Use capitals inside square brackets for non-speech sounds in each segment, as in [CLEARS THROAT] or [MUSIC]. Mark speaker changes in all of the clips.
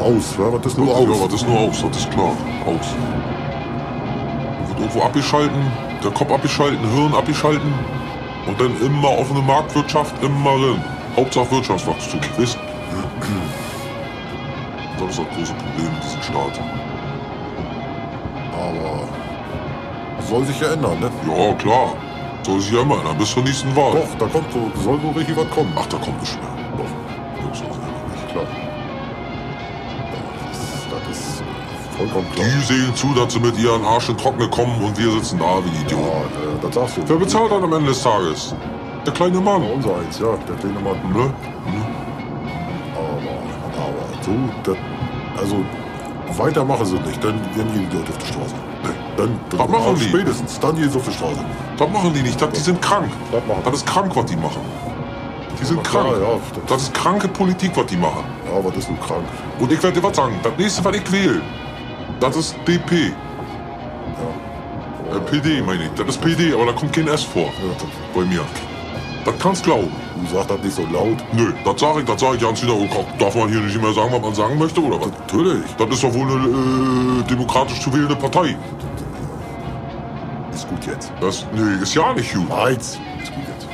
Speaker 1: aus, wa? Was ist nur
Speaker 2: eh, Ja,
Speaker 1: aus?
Speaker 2: was ist nur aus, das ist klar. Aus. Wird irgendwo abgeschalten, der Kopf abgeschalten, Hirn abgeschalten und dann immer offene Marktwirtschaft, immer rein. Hauptsache Wirtschaftswachstum, wisst? Das ist das große Problem in diesem Staat.
Speaker 1: Aber soll sich ja ändern, ne?
Speaker 2: Ja, klar. Soll sich ja immer ändern, bis zur nächsten Wahl.
Speaker 1: Doch, da kommt so, soll so richtig was kommen.
Speaker 2: Ach, da kommt nicht mehr. Doch. Jungs, das ist einfach nicht.
Speaker 1: klar. Das ist, das ist vollkommen klar.
Speaker 2: Die sehen zu, dass sie mit ihren Arschen trockene kommen und wir sitzen da wie die
Speaker 1: Ja,
Speaker 2: Idioten.
Speaker 1: äh, das sagst du.
Speaker 2: Wer bezahlt dann am Ende des Tages? Der kleine Mann.
Speaker 1: Unser eins, ja, der kleine Mann.
Speaker 2: Ne?
Speaker 1: Aber, aber so, das, also weitermachen sie nicht, dann dann gehen die Leute auf die Straße. Nee, dann, dann
Speaker 2: Was machen die?
Speaker 1: spätestens, dann gehen sie auf die Straße.
Speaker 2: Das machen die nicht. Das, die sind krank.
Speaker 1: Das machen
Speaker 2: Das ist krank, was die machen. Die sind
Speaker 1: Ja,
Speaker 2: krank.
Speaker 1: ja,
Speaker 2: das,
Speaker 1: das-
Speaker 2: ist kranke Politik, was die machen.
Speaker 1: Ja, aber das ist nun krank.
Speaker 2: Und ich werde dir was sagen. Das nächste, was ich wähle, das ist DP. Äh, PD meine ich. Das ist PD, aber da kommt kein S vor.
Speaker 1: Ja, das-
Speaker 2: Bei mir. Das kannst glauben.
Speaker 1: Du sagst das nicht so laut.
Speaker 2: Nö, das sage ich, das sage ich ganz wieder. Darf man hier nicht mehr sagen, was man sagen möchte, oder was?
Speaker 1: Natürlich.
Speaker 2: Das ist doch wohl eine äh, demokratisch zu wählende Partei.
Speaker 1: Ist gut jetzt.
Speaker 2: Das, nee, ist ja nicht gut.
Speaker 1: Eins. Ist gut jetzt.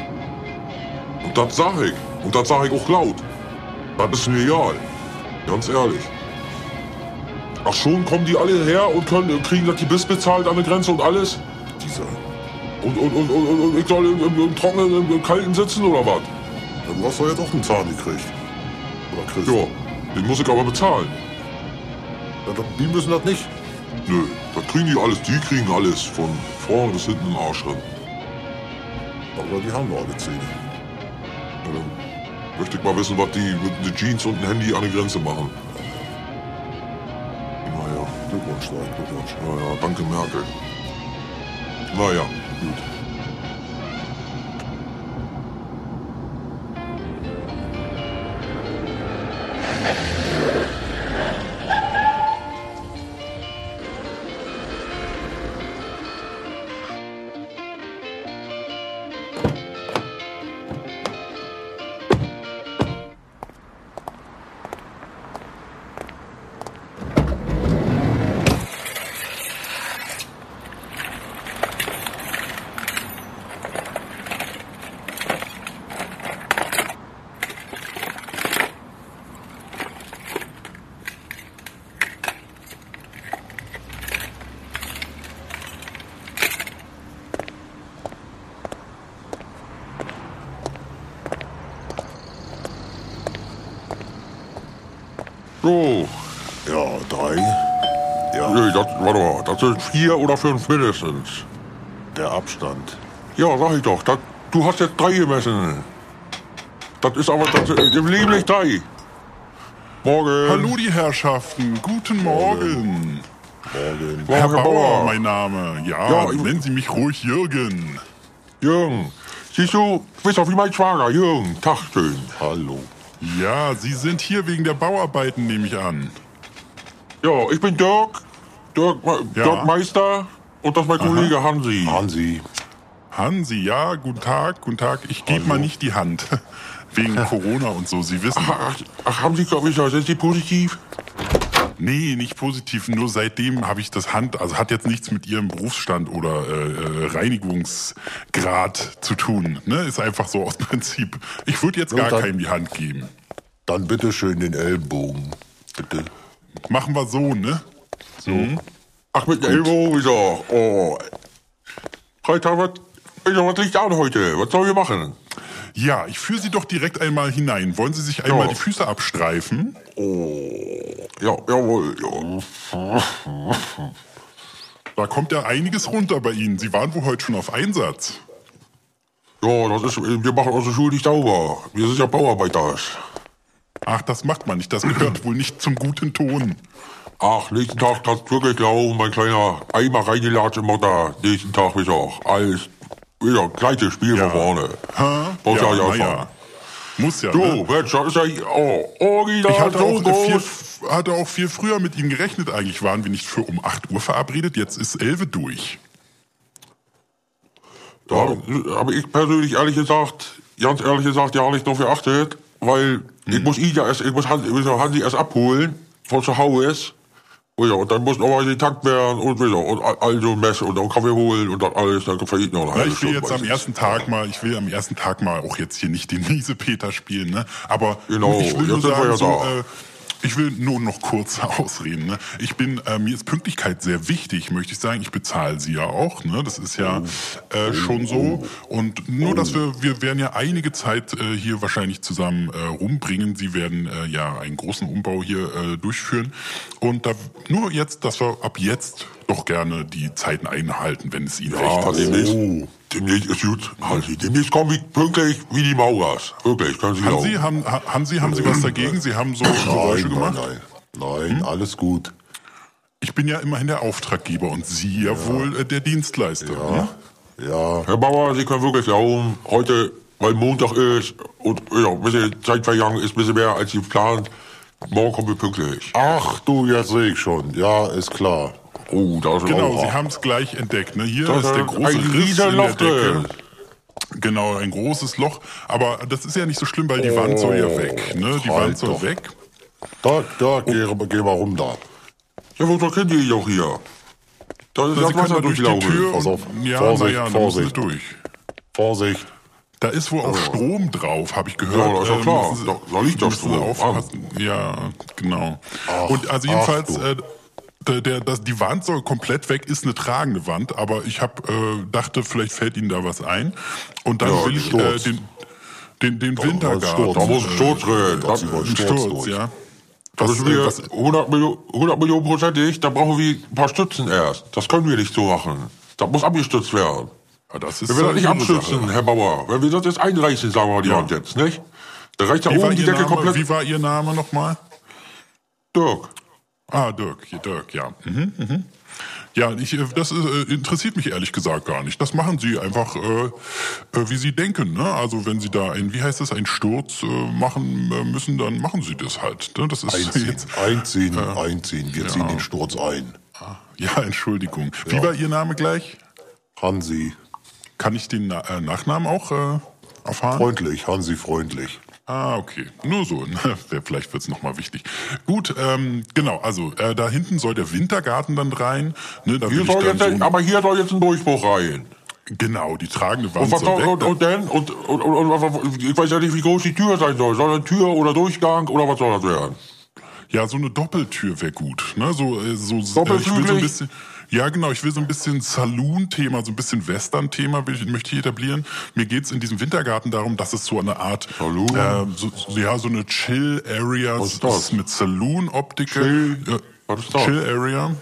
Speaker 2: Und das sag ich. Und das sag ich auch laut. Das ist mir egal. Ganz ehrlich. Ach schon, kommen die alle her und können, kriegen das die Biss bezahlt an der Grenze und alles?
Speaker 1: Dieser.
Speaker 2: Und, und, und, und, und, und ich soll im, im, im Trockenen, im, im Kalten sitzen oder was?
Speaker 1: Du hast doch jetzt auch einen Zahn gekriegt. Oder Chris?
Speaker 2: Ja, den muss ich aber bezahlen.
Speaker 1: Ja, das- die müssen das nicht.
Speaker 2: Nö, da kriegen die alles, die kriegen alles. Von vorne bis hinten im Arsch drin.
Speaker 1: Aber die haben nur alle Zähne.
Speaker 2: Ja, dann möchte ich mal wissen, was die mit den Jeans und dem Handy an der Grenze machen. Naja,
Speaker 1: Glückwunsch, nein, Glückwunsch.
Speaker 2: naja, danke Merkel. Naja, gut. So,
Speaker 1: Ja, drei. Ja,
Speaker 2: nee, das, warte mal, das sind vier oder fünf mindestens.
Speaker 1: der Abstand.
Speaker 2: Ja, sag ich doch, das, du hast jetzt drei gemessen. Das ist aber, das ist im Leben nicht drei. Morgen.
Speaker 3: Hallo die Herrschaften, guten Morgen.
Speaker 1: Morgen.
Speaker 2: Morgen,
Speaker 3: Herr
Speaker 2: Bauer.
Speaker 3: Bauer, mein Name. Ja,
Speaker 2: Ja, ich-
Speaker 3: nennen Sie mich ruhig Jürgen.
Speaker 2: Jürgen, siehst du, du bist doch wie mein Schwager, Jürgen, Tag schön.
Speaker 1: Hallo.
Speaker 3: Ja, Sie sind hier wegen der Bauarbeiten, nehme ich an.
Speaker 2: Ja, ich bin Dirk, Dirk, Me-
Speaker 3: Ja.
Speaker 2: Dirk Meister und das ist mein Kollege Hansi.
Speaker 1: Hansi.
Speaker 3: Hansi, ja, guten Tag, guten Tag. Ich gebe mal nicht die Hand. [LAUGHS] Wegen Corona und so, Sie wissen.
Speaker 2: Ach, ach haben Sie, glaube ich, sind Sie positiv?
Speaker 3: Nee, nicht positiv. Nur seitdem habe ich das Hand, also hat jetzt nichts mit Ihrem Berufsstand oder äh, äh, Reinigungsgrad zu tun. Ne? Ist einfach so aus [LAUGHS] Prinzip. Ich würde jetzt gar
Speaker 1: dann-
Speaker 3: keinem die Hand geben.
Speaker 1: Dann bitte schön den Ellbogen. Bitte.
Speaker 3: Machen wir so, ne?
Speaker 2: Ach, mit dem Elbow wieder. Oh. Freitag, was, Alter, was liegt an heute? Was sollen wir machen?
Speaker 3: Ja, ich führe Sie doch direkt einmal hinein. Wollen Sie sich
Speaker 2: Ja.
Speaker 3: einmal die Füße abstreifen?
Speaker 2: Ja, jawohl, ja.
Speaker 3: Da kommt ja einiges runter bei Ihnen. Sie waren wohl heute schon auf Einsatz.
Speaker 2: Ja, das ist, äh, wir machen unsere Schuhe nicht sauber. Wir sind ja Bauarbeiter.
Speaker 3: Ach, das macht man nicht. Das gehört wohl nicht zum guten Ton.
Speaker 2: Ach, nächsten Tag kannst du wirklich glauben, mein kleiner Eimer reingelatscht im Mutter. Nächsten Tag wieder auch. Alles, wieder gleiches Spiel von vorne.
Speaker 3: Ha?
Speaker 2: Brauchst ja,
Speaker 3: na
Speaker 2: nicht anfangen.
Speaker 3: ja. Muss ja.
Speaker 2: Du,
Speaker 3: ne?
Speaker 2: Mensch, das ist ja oh, original
Speaker 3: Ich hatte
Speaker 2: so
Speaker 3: auch,
Speaker 2: groß.
Speaker 3: äh, viel, hatte auch viel früher mit Ihnen gerechnet. Eigentlich waren wir nicht für um 8 Uhr verabredet. Jetzt ist 11 durch.
Speaker 2: Da habe ich persönlich ehrlich gesagt, ganz
Speaker 3: Hm.
Speaker 2: ehrlich gesagt, ja nicht drauf geachtet, weil ich muss ihn ja erst, ich muss Hansi, ich muss Hansi erst abholen von zu Hause ist. Und ja, und dann mussten auch mal getankt werden und wieder. Und all- all so ein Mess und dann Kaffee holen und dann alles, dann vergeht noch eine
Speaker 3: Ja,
Speaker 2: halbe
Speaker 3: ich will
Speaker 2: Stunde
Speaker 3: jetzt am
Speaker 2: meistens.
Speaker 3: ersten Tag mal, ich will am ersten Tag mal auch jetzt hier nicht den Miesepeter spielen, ne? Aber
Speaker 2: Genau,
Speaker 3: ich will
Speaker 2: jetzt
Speaker 3: nur
Speaker 2: sind wir
Speaker 3: sagen,
Speaker 2: ja
Speaker 3: so,
Speaker 2: da.
Speaker 3: äh, ich will nur noch kurz [LAUGHS] ausreden. Ne? Ich bin, äh, mir ist Pünktlichkeit sehr wichtig, möchte ich sagen. Ich bezahle sie ja auch. Ne? Das ist ja
Speaker 2: Oh.
Speaker 3: äh, schon so. Und nur, dass wir, wir werden ja einige Zeit äh, hier wahrscheinlich zusammen äh, rumbringen. Sie werden äh, ja einen großen Umbau hier äh, durchführen. Und da, nur jetzt, dass wir ab jetzt doch gerne die Zeiten einhalten, wenn es Ihnen
Speaker 2: Ja,
Speaker 3: recht ist.
Speaker 2: Ah, demnächst,
Speaker 3: Oh.
Speaker 2: demnächst ist gut. Hansi, demnächst komm ich pünktlich wie die Maurers. Wirklich, kann sie
Speaker 3: Haben
Speaker 2: glauben.
Speaker 3: Sie, haben, ha- haben Sie, haben Sie was dagegen? Sie haben so Geräusche
Speaker 1: Nein,
Speaker 3: gemacht?
Speaker 1: nein, nein. Hm? Nein, alles gut.
Speaker 3: Ich bin ja immerhin der Auftraggeber und Sie ja, wohl äh, der Dienstleister. Ne?
Speaker 1: Ja,
Speaker 2: Herr Bauer, Sie können wirklich glauben, heute, weil Montag ist und ja, ein bisschen Zeit vergangen ist, ein bisschen mehr als geplant. Morgen kommen wir pünktlich.
Speaker 1: ach du, jetzt sehe ich schon. Ja, ist klar.
Speaker 2: Oh, da ist ein
Speaker 3: Genau,
Speaker 2: Aura.
Speaker 3: Sie haben es gleich entdeckt. Ne? Hier
Speaker 2: Das
Speaker 3: ist der
Speaker 2: ist
Speaker 3: große
Speaker 2: Äh, ein
Speaker 3: Riss in der
Speaker 2: Riesenloch
Speaker 3: Decke.
Speaker 2: drin.
Speaker 3: Genau, ein großes Loch. Aber das ist ja nicht so schlimm, weil die Wand soll ja weg. Ne? Die
Speaker 1: halt
Speaker 3: Wand soll
Speaker 1: doch.
Speaker 3: weg.
Speaker 1: Da, da, geh, geh mal rum da.
Speaker 2: Ja, wozu kennen die doch hier? Da ist
Speaker 3: Sie
Speaker 2: das
Speaker 3: können
Speaker 2: Wasser
Speaker 3: da durch die
Speaker 2: durchlaufen.
Speaker 3: Tür
Speaker 1: Pass
Speaker 3: und
Speaker 1: auf.
Speaker 3: ja,
Speaker 1: Vorsicht,
Speaker 3: na ja, da müssen Sie
Speaker 1: Vorsicht.
Speaker 3: durch.
Speaker 1: Vorsicht.
Speaker 3: Da ist wohl auch Strom drauf, habe ich gehört.
Speaker 2: Oh. Ja, da ist doch
Speaker 3: Ähm,
Speaker 2: klar.
Speaker 3: müssen Sie-
Speaker 2: Da- da liegt doch
Speaker 3: müssen Sie
Speaker 2: Strom.
Speaker 3: Aufpassen. Ja, genau.
Speaker 1: Ach,
Speaker 3: Und also
Speaker 1: ach
Speaker 3: jedenfalls,
Speaker 1: du.
Speaker 3: äh, der, der, das, die Wand soll komplett weg, ist eine tragende Wand, aber ich hab, äh, dachte, vielleicht fällt Ihnen da was ein. Und dann
Speaker 2: Ja,
Speaker 3: will ich äh,
Speaker 1: Sturz.
Speaker 3: den, den, den Wintergarten.
Speaker 1: Sturz.
Speaker 2: Da muss ein Sturz drin. Da,
Speaker 1: über
Speaker 3: Ein
Speaker 1: Sturz
Speaker 3: Sturz,
Speaker 1: durch.
Speaker 3: ja.
Speaker 2: da
Speaker 3: Was,
Speaker 2: müssen wir
Speaker 3: äh, was,
Speaker 2: 100 Millionen, 100 Millionen prozentig, da brauchen wir ein paar Stützen erst. Das können wir nicht so machen. Da muss abgestützt werden.
Speaker 3: ja, das ist
Speaker 2: Wenn wir das
Speaker 3: äh,
Speaker 2: nicht
Speaker 3: Ihre
Speaker 2: abschützen,
Speaker 3: Sache.
Speaker 2: Herr Bauer, wenn wir das jetzt einreißen, sagen wir mal die
Speaker 3: Ja.
Speaker 2: Wand jetzt, nicht? Da reicht da
Speaker 3: Wie war,
Speaker 2: oben die
Speaker 3: Ihr
Speaker 2: Decke
Speaker 3: Name,
Speaker 2: komplett
Speaker 3: wie war Ihr Name nochmal?
Speaker 2: Dirk.
Speaker 3: Ah, Dirk, ja, Dirk, ja. Mhm, mhm. Ja, ich, äh, das äh, interessiert mich ehrlich gesagt gar nicht. Das machen Sie einfach, äh, äh, wie Sie denken. Ne? Also wenn Sie da ein, wie heißt das, einen Sturz äh, machen äh, müssen, dann machen Sie das halt. Ne? Das ist
Speaker 1: Einziehen,
Speaker 3: [LAUGHS] jetzt,
Speaker 1: einziehen, einziehen. Wir ziehen den Sturz ein.
Speaker 3: ja Entschuldigung. Wie war Ihr Name gleich?
Speaker 1: Hansi.
Speaker 3: Kann ich den Na äh, Nachnamen auch äh, erfahren?
Speaker 1: Freundlich, Hansi freundlich.
Speaker 3: Ah, okay. Nur so. ne? [LAUGHS] Wer- Vielleicht wird's noch nochmal wichtig. Gut, ähm, genau. Also äh, da hinten soll der Wintergarten dann rein. Ne, da
Speaker 2: Hier
Speaker 3: will ich
Speaker 2: soll
Speaker 3: dann
Speaker 2: jetzt,
Speaker 3: so
Speaker 2: ein-
Speaker 3: ein-
Speaker 2: aber hier soll jetzt ein Durchbruch rein.
Speaker 3: Genau, die tragende Wand
Speaker 2: Und, was,
Speaker 3: soll
Speaker 2: soll-
Speaker 3: weg.
Speaker 2: und, und dann? Und, und, und, und ich weiß ja nicht, wie groß die Tür sein soll. Soll eine Tür oder Durchgang oder was soll das werden?
Speaker 3: Ja, so eine Doppeltür wäre gut. Ne? So, äh, so, äh, ich will so ein
Speaker 2: Doppelflügelig?
Speaker 3: bisschen, ja, genau, ich will so ein bisschen Saloon-Thema, so ein bisschen Western-Thema will ich- möchte ich etablieren. Mir geht's in diesem Wintergarten darum, dass es so eine Art,
Speaker 2: Saloon?
Speaker 3: ähm, so, so, ja, so eine Chill-Area
Speaker 2: Was ist das?
Speaker 3: s- mit Saloon-Optik.
Speaker 2: Chill?
Speaker 3: Ja,
Speaker 2: Was ist das?
Speaker 3: Chill-Area.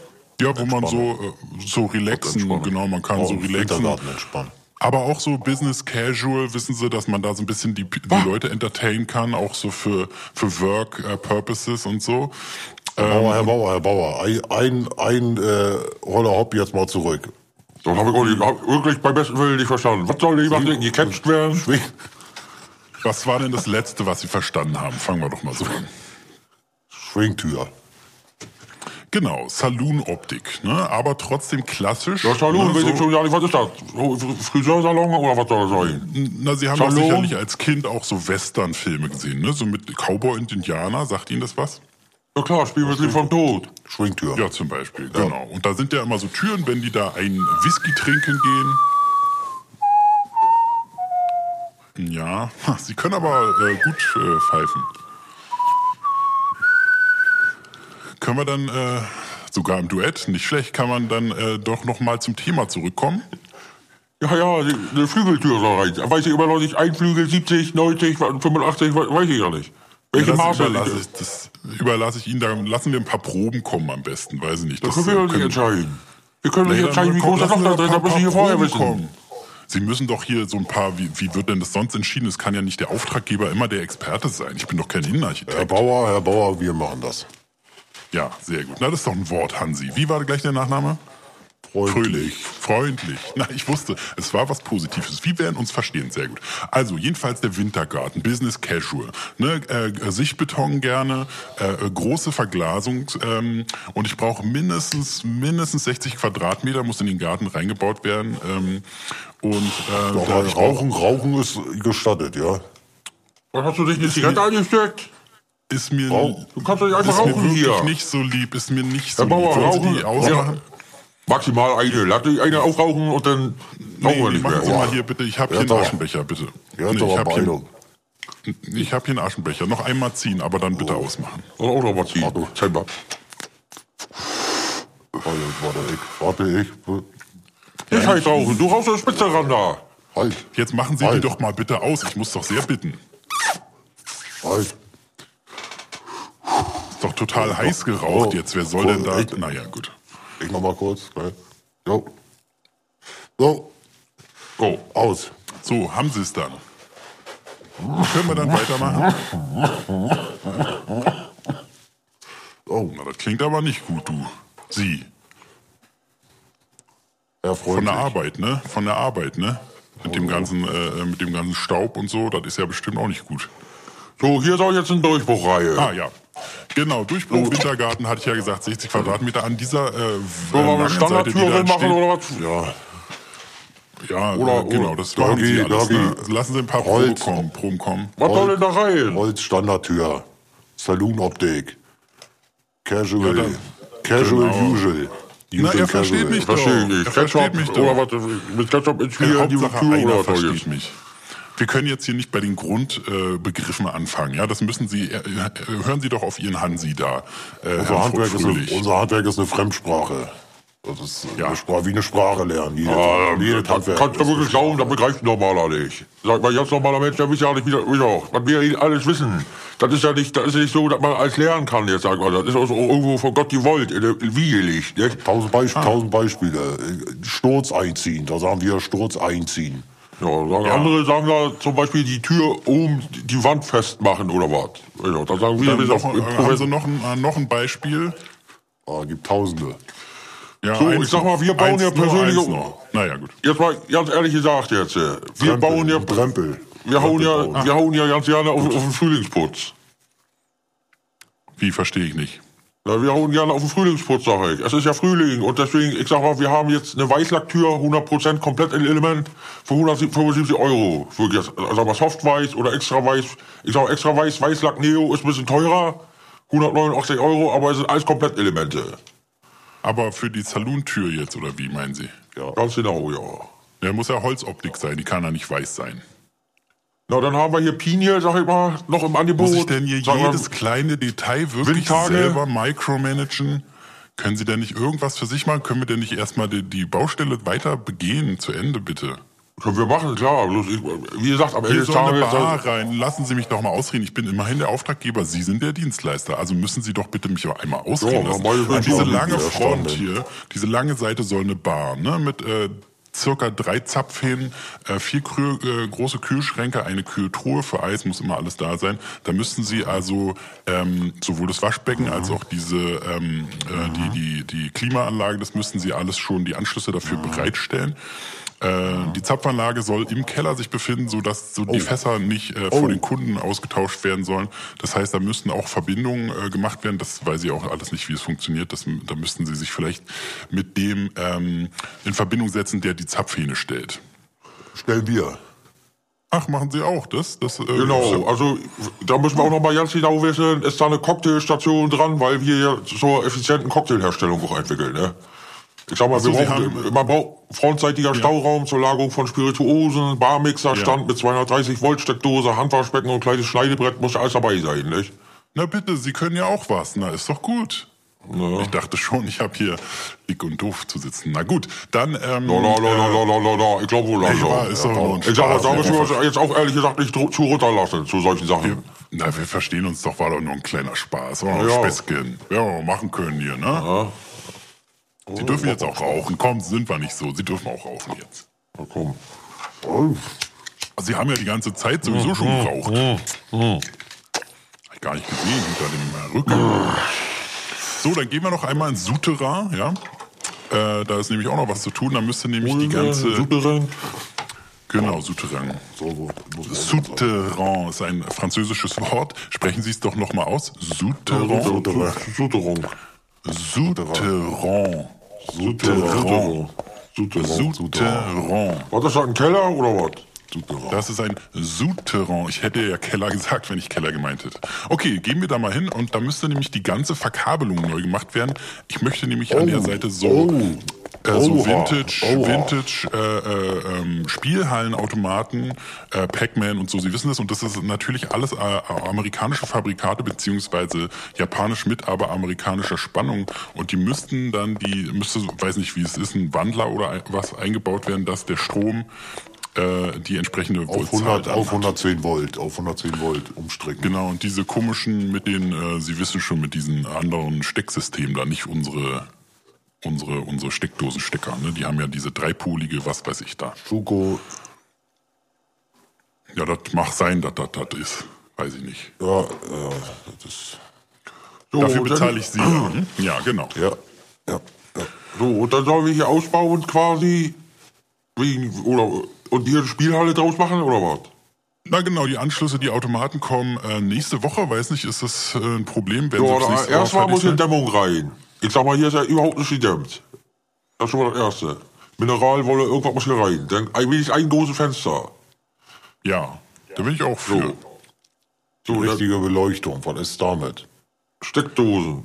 Speaker 3: Ja, wo man so, äh, so relaxen,
Speaker 2: Entspannung.
Speaker 3: genau, man kann so
Speaker 1: Im
Speaker 3: relaxen.
Speaker 1: Wintergarten entspannen.
Speaker 3: Aber auch so Business Casual, wissen Sie, dass man da so ein bisschen die, die Leute entertainen kann, auch so für, für Work äh, Purposes und so.
Speaker 1: Herr
Speaker 3: Ähm,
Speaker 1: Bauer, Herr Bauer, Herr Bauer, ein, ein, ein äh, Roller Hopp jetzt mal zurück.
Speaker 2: Das habe ich auch nicht, hab wirklich beim besten Willen nicht verstanden. Was soll die machen? Gecatcht werden?
Speaker 3: Was war denn das Letzte, was Sie verstanden haben? Fangen wir doch mal so an.
Speaker 1: Schwingtür.
Speaker 3: Genau, Saloon-Optik, ne? aber trotzdem klassisch.
Speaker 2: Das Salon,
Speaker 3: ne?
Speaker 2: weiß ich
Speaker 3: so,
Speaker 2: schon gar nicht, was ist das? So, Friseursalon oder was soll das sein?
Speaker 3: na, Sie haben doch
Speaker 2: Salon.
Speaker 3: sicherlich als Kind auch so Western-Filme gesehen, ne? so mit Cowboy und Indianer, sagt Ihnen das was?
Speaker 2: Ja klar, Spiel mit Lied vom Tod.
Speaker 1: Schwingtür.
Speaker 3: Ja, zum Beispiel, genau. Und da sind ja immer so Türen, wenn die da einen Whisky trinken gehen. Ja, sie können aber äh, gut äh, pfeifen. Können wir dann äh, sogar im Duett, nicht schlecht, kann man dann äh, doch nochmal zum Thema zurückkommen.
Speaker 2: Ja, ja, die, eine Flügeltür soll rein. Weiß ich immer noch nicht, ein Flügel 70, 90, 85, we- weiß ich ja nicht. Welche
Speaker 3: Ja, das
Speaker 2: Maße?
Speaker 3: überlasse ich, das überlasse ich Ihnen, da lassen wir ein paar Proben kommen am besten, weiß ich nicht. äh,
Speaker 2: Das können wir doch nicht entscheiden. Wir können doch
Speaker 3: Nee,
Speaker 2: nicht
Speaker 3: dann
Speaker 2: entscheiden, wie
Speaker 3: kommt-
Speaker 2: groß das Loch
Speaker 3: lassen
Speaker 2: da
Speaker 3: wir
Speaker 2: drin ist.
Speaker 3: ein
Speaker 2: Das
Speaker 3: paar
Speaker 2: müssen wir vorher
Speaker 3: Proben
Speaker 2: wissen.
Speaker 3: kommen. Sie müssen doch hier so ein paar, wie, wie wird denn das sonst entschieden? Es kann ja nicht der Auftraggeber immer der Experte sein. Ich bin doch kein
Speaker 1: Herr
Speaker 3: Innenarchitekt.
Speaker 1: Bauer, Herr Bauer, wir machen das.
Speaker 3: Ja, sehr gut. Na, das ist doch ein Wort, Hansi. Wie war gleich der Nachname? Fröhlich, freundlich. Na, ich wusste, es war was Positives. Wir werden uns verstehen, sehr gut. Also, jedenfalls der Wintergarten, Business Casual. Ne, äh, äh, Sichtbeton gerne, äh, äh, große Verglasung. Ähm, und ich brauche mindestens, mindestens 60 Quadratmeter, muss in den Garten reingebaut werden. Ähm, und äh,
Speaker 1: Doch,
Speaker 3: da
Speaker 1: Rauchen, Rauchen ist gestattet, ja?
Speaker 2: Was hast du dich eine Zigarette angesteckt?
Speaker 3: Ist mir,
Speaker 2: Rauch- Du kannst doch nicht einfach
Speaker 3: ist mir
Speaker 2: rauchen
Speaker 3: wirklich
Speaker 2: hier.
Speaker 3: nicht so lieb. Ist mir nicht so
Speaker 2: Herr
Speaker 3: lieb.
Speaker 2: Bauer,
Speaker 3: Wollen Sie
Speaker 2: rauchen.
Speaker 3: die ausmachen?
Speaker 2: Ja. Maximal eine. Lass dich eine aufrauchen und dann rauchen wir
Speaker 3: Nee,
Speaker 2: nicht mehr.
Speaker 3: machen Sie mal
Speaker 2: Ja.
Speaker 3: hier bitte. Ich habe
Speaker 1: Ja,
Speaker 3: hier einen
Speaker 1: doch.
Speaker 3: Aschenbecher, bitte.
Speaker 1: Ja,
Speaker 3: Nee,
Speaker 1: doch, aber
Speaker 3: ich habe hier,
Speaker 1: Meinung.
Speaker 3: ich hab hier einen Aschenbecher. Noch einmal ziehen, aber dann bitte
Speaker 1: Oh.
Speaker 3: ausmachen.
Speaker 2: Und auch noch mal ziehen. Zeig mal.
Speaker 1: Warte, warte, ich, warte, ich.
Speaker 2: Ich heiß rauchen. Du rauchst eine Spitze ran da.
Speaker 1: Halt,
Speaker 3: Jetzt machen Sie die
Speaker 1: Halt.
Speaker 3: doch mal bitte aus. Ich muss doch sehr bitten.
Speaker 1: halt.
Speaker 3: Ist doch total heiß geraucht
Speaker 1: oh,
Speaker 3: jetzt. Wer soll
Speaker 1: oh,
Speaker 3: denn da?
Speaker 1: echt?
Speaker 3: Naja, gut.
Speaker 1: Ich mach mal kurz. Ne? Jo. So,
Speaker 2: Oh.
Speaker 1: aus.
Speaker 3: So, haben Sie es dann. Können wir dann weitermachen?
Speaker 1: Oh,
Speaker 3: Na, das klingt aber nicht gut, du. Sie.
Speaker 1: Herr
Speaker 3: Von
Speaker 1: Freund.
Speaker 3: der Arbeit, ne? Von der Arbeit, ne? Mit
Speaker 1: Oh.
Speaker 3: dem ganzen, äh, mit dem ganzen Staub und so, das ist ja bestimmt auch nicht gut.
Speaker 2: So, hier ist auch jetzt eine Durchbruchreihe.
Speaker 3: Ah ja. Genau, Durchbruch Wintergarten hatte ich ja gesagt, 60 Quadratmeter an dieser äh,
Speaker 2: Sollen wir eine Standardtür
Speaker 3: da
Speaker 2: drin machen
Speaker 3: steht-
Speaker 2: oder was?
Speaker 1: Ja,
Speaker 3: Ja,
Speaker 2: Oder- oh,
Speaker 3: äh, genau,
Speaker 2: oder-
Speaker 3: das machen
Speaker 1: Doggy,
Speaker 3: sie alles.
Speaker 1: Doggy.
Speaker 3: Ne? Lassen Sie ein paar Proben
Speaker 1: Holz.
Speaker 3: kommen, Proben kommen. Äh,
Speaker 2: Was soll denn da rein?
Speaker 1: Holz, Standardtür. Saloon-Optik. Casual.
Speaker 3: Ja, dann-
Speaker 1: Casual
Speaker 3: Genau.
Speaker 1: usual.
Speaker 3: Na,
Speaker 1: Usual
Speaker 3: er versteht
Speaker 1: casual.
Speaker 3: mich.
Speaker 2: Verstehe ich
Speaker 3: doch.
Speaker 2: nicht.
Speaker 3: Er versteht
Speaker 2: Ketchup
Speaker 3: mich doch.
Speaker 2: oder was? Mit Ketchup ins
Speaker 3: Ja,
Speaker 2: Bier, die
Speaker 3: Hauptsache
Speaker 2: Tür
Speaker 3: einer
Speaker 2: oder was soll
Speaker 3: versteht
Speaker 2: jetzt?
Speaker 3: mich. Wir können jetzt hier nicht bei den Grundbegriffen äh, Begriffen anfangen. Ja, das müssen Sie, äh, äh, hören Sie doch auf Ihren Hansi da. Äh, Herrn
Speaker 2: Also
Speaker 1: Unser Handwerk, ist
Speaker 3: Fröhlich.
Speaker 1: eine, unser Handwerk ist eine Fremdsprache. Das ist
Speaker 3: Ja.
Speaker 1: eine Sprache, wie eine Sprache lernen. Jedes,
Speaker 2: Ah,
Speaker 1: jedes Handwerk.
Speaker 2: kannst du
Speaker 1: ist-
Speaker 2: wirklich glauben, das begreift ein normaler nicht. Sag mal, ganz normaler Mensch, der wissen ja nicht, wie das- wie doch. Was wir hier alles wissen, das ist ja nicht, das ist nicht so, dass man alles lernen kann, jetzt sag mal. Das ist auch so irgendwo von Gott gewollt, in der Wiege liegt. Nicht?
Speaker 1: Tausend, Beisp tausend Beispiele. Sturz einziehen, da sagen wir Sturz einziehen.
Speaker 2: Ja, sagen Andere sagen da zum Beispiel die Tür oben, die Wand festmachen oder was. Ja, da sagen wir,
Speaker 3: Dann
Speaker 2: wir
Speaker 3: noch,
Speaker 2: sind
Speaker 3: haben Sie noch ein, äh, noch ein Beispiel?
Speaker 1: Ah, gibt tausende.
Speaker 3: Ja,
Speaker 2: So, ich sag mal, wir bauen
Speaker 3: eins,
Speaker 2: ja
Speaker 3: nur
Speaker 2: persönliche-
Speaker 3: eins noch. Naja, gut.
Speaker 2: Jetzt mal ganz ehrlich gesagt jetzt, äh, wir
Speaker 1: Trempel,
Speaker 2: bauen ja,
Speaker 1: Trempel.
Speaker 2: wir hauen
Speaker 1: Trempel bauen.
Speaker 2: ja, wir hauen ja ganz gerne auf, auf den Frühlingsputz.
Speaker 3: Wie verstehe ich nicht.
Speaker 2: Na, wir hauen gerne auf den Frühlingsputz, sag ich. Es ist ja Frühling und deswegen, ich sag mal, wir haben jetzt eine Weißlacktür, 100% komplett in Element, für 175 Euro. Für jetzt, sag mal, Softweiß oder extra weiß. Ich sag mal, extra weiß, Weißlack Neo ist ein bisschen teurer, 189 Euro, aber es sind alles komplett Elemente.
Speaker 3: Aber für die Salontür jetzt, oder wie meinen Sie?
Speaker 2: Ganz genau, ja.
Speaker 3: Der muss ja Holzoptik sein, die kann ja nicht weiß sein.
Speaker 2: Na, dann haben wir hier Pinie, sag ich mal, noch im Angebot.
Speaker 3: Muss ich denn hier
Speaker 2: Sag mal,
Speaker 3: jedes kleine Detail wirklich
Speaker 2: Windtage?
Speaker 3: selber micromanagen? Können Sie denn nicht irgendwas für sich machen? Können wir denn nicht erstmal die, die Baustelle weiter begehen, zu Ende bitte?
Speaker 2: Können wir machen, klar. Bloß ich, also- wie gesagt, am Ende
Speaker 3: Hier
Speaker 2: des
Speaker 3: soll eine
Speaker 2: Tages...
Speaker 3: Bar rein. Lassen Sie mich doch mal ausreden. Ich bin immerhin der Auftraggeber. Sie sind der Dienstleister. Also müssen Sie doch bitte mich auch einmal ausreden
Speaker 2: Ja,
Speaker 3: lassen.
Speaker 2: meine
Speaker 3: An
Speaker 2: Güte,
Speaker 3: diese
Speaker 2: warum
Speaker 3: lange
Speaker 1: sind Sie
Speaker 3: Front
Speaker 2: ne?
Speaker 1: erstaunt denn?
Speaker 3: hier, diese lange Seite soll eine Bar, ne? Mit äh, circa drei Zapfhähnen, äh, vier Kühl, äh, große Kühlschränke, eine Kühltruhe für Eis, muss immer alles da sein. Da müssten Sie also ähm, sowohl das Waschbecken als auch diese ähm, äh, die, die, die Klimaanlage, das müssten Sie alles schon die Anschlüsse dafür bereitstellen. Äh, die Zapfanlage soll im Keller sich befinden, sodass so die Fässer nicht äh, vor den Kunden ausgetauscht werden sollen. Das heißt, da müssten auch Verbindungen äh, gemacht werden. Das weiß ich auch alles nicht, wie es funktioniert. Das, da müssten Sie sich vielleicht mit dem ähm, in Verbindung setzen, der die Zapfhähne stellt. Ah.
Speaker 1: Schnell Bier.
Speaker 3: Ach, machen Sie auch das? das äh,
Speaker 2: Genau, also da müssen wir auch noch mal ganz genau wissen, ist da eine Cocktailstation dran, weil wir ja zur effizienten Cocktailherstellung auch entwickeln, ne? Ich sag mal,
Speaker 3: so,
Speaker 2: wir
Speaker 3: Sie äh,
Speaker 2: brauchen, man braucht frontseitiger Stauraum zur Lagerung von Spirituosen, Barmixerstand mit 230 Volt Steckdose, Handwaschbecken und kleines Schneidebrett muss alles dabei sein, nicht?
Speaker 3: Na bitte, Sie können ja auch was. Na, ist doch gut. Ich dachte schon, ich habe hier dick und doof zu sitzen. Na gut, dann... Ähm,
Speaker 2: La, la, la, la, la, la, la, la. Ich glaube wohl
Speaker 3: ich war,
Speaker 2: langsam.
Speaker 3: ist doch nur ein
Speaker 2: Ich sag mal,
Speaker 3: Spaß. ne?
Speaker 2: da müssen wir uns jetzt auch ehrlich gesagt nicht dr- zu runterlassen zu solchen Sachen.
Speaker 3: Na, wir verstehen uns doch, war doch nur ein kleiner Spaß. Oh,
Speaker 2: Ja.
Speaker 3: Späßchen. Ja, machen können hier, ne? Sie dürfen jetzt auch rauchen. Komm, sind wir nicht so. Sie dürfen auch rauchen jetzt.
Speaker 2: Na komm.
Speaker 1: Oh,
Speaker 3: Sie haben ja die ganze Zeit sowieso schon geraucht.
Speaker 2: Hm,
Speaker 3: Hab ich gar nicht gesehen hinter dem Rücken. So, dann gehen wir noch einmal ins Souterrain, ja? Äh, da ist nämlich auch noch was zu tun. Da müsste nämlich die
Speaker 2: Äh,
Speaker 3: ganze...
Speaker 2: Souterrain.
Speaker 3: Genau, Souterrain.
Speaker 1: so, so. Muss man sagen.
Speaker 3: Souterrain ist ein französisches Wort. Sprechen Sie es doch nochmal aus. Souterrain.
Speaker 1: Souterrain.
Speaker 2: Souterrain.
Speaker 3: Souterrain.
Speaker 1: Souterrain.
Speaker 3: Souterrain.
Speaker 1: Souterrain.
Speaker 3: Souterrain.
Speaker 2: Was ist das, ein Keller oder was? Souterrain.
Speaker 3: Das ist ein Souterrain. Ich hätte ja Keller gesagt, wenn ich Keller gemeint hätte. Okay, gehen wir da mal hin und da müsste nämlich die ganze Verkabelung neu gemacht werden. Ich möchte nämlich an der Seite so,
Speaker 1: oh,
Speaker 3: äh, so
Speaker 1: oha,
Speaker 3: Vintage,
Speaker 1: oha.
Speaker 3: Vintage äh, äh, ähm, Spielhallenautomaten, äh, Pac-Man und so. Sie wissen das und das ist natürlich alles äh, amerikanische Fabrikate beziehungsweise japanisch mit aber amerikanischer Spannung und die müssten dann die müsste so- weiß nicht wie es ist ein Wandler oder ein- was eingebaut werden, dass der Strom äh, die entsprechende
Speaker 1: Auf,
Speaker 3: Zahl
Speaker 1: 100,
Speaker 3: dann
Speaker 1: auf
Speaker 3: hat.
Speaker 1: 110 Volt, auf 110 Volt umstrecken.
Speaker 3: Genau, und diese komischen mit den, äh, Sie wissen schon, mit diesen anderen Stecksystemen da, nicht unsere, unsere, unsere Steckdosenstecker, ne? Die haben ja diese dreipolige, was weiß ich da.
Speaker 1: Schuko,
Speaker 3: Ja, das mag sein, dass das das ist. Weiß ich nicht.
Speaker 1: ja, ja, das ist.
Speaker 2: So,
Speaker 3: Dafür
Speaker 2: dann-
Speaker 3: bezahle ich Sie.
Speaker 2: [CLEARS THROAT]
Speaker 3: ja, hm? Ja, genau.
Speaker 1: Ja, ja, ja.
Speaker 2: So, und dann sollen wir hier ausbauen quasi. Wegen, oder, und hier eine Spielhalle draus machen oder was?
Speaker 3: Na genau, die Anschlüsse, die Automaten kommen äh, nächste Woche. Weiß nicht, ist das äh, ein Problem? Wenn
Speaker 2: Ja,
Speaker 3: sie bis
Speaker 2: oder
Speaker 3: nächste Woche
Speaker 2: erstmal
Speaker 3: fertig
Speaker 2: muss eine
Speaker 3: sind?
Speaker 2: Dämmung rein. Ich sag mal, hier ist ja überhaupt nicht gedämmt. Das ist schon mal das Erste. Mineralwolle, irgendwas muss hier rein. Dann ein wenig ein großes Fenster.
Speaker 3: Ja, da bin ich auch für.
Speaker 2: So. So, dann
Speaker 1: Richtige Beleuchtung, was ist damit?
Speaker 2: Steckdosen.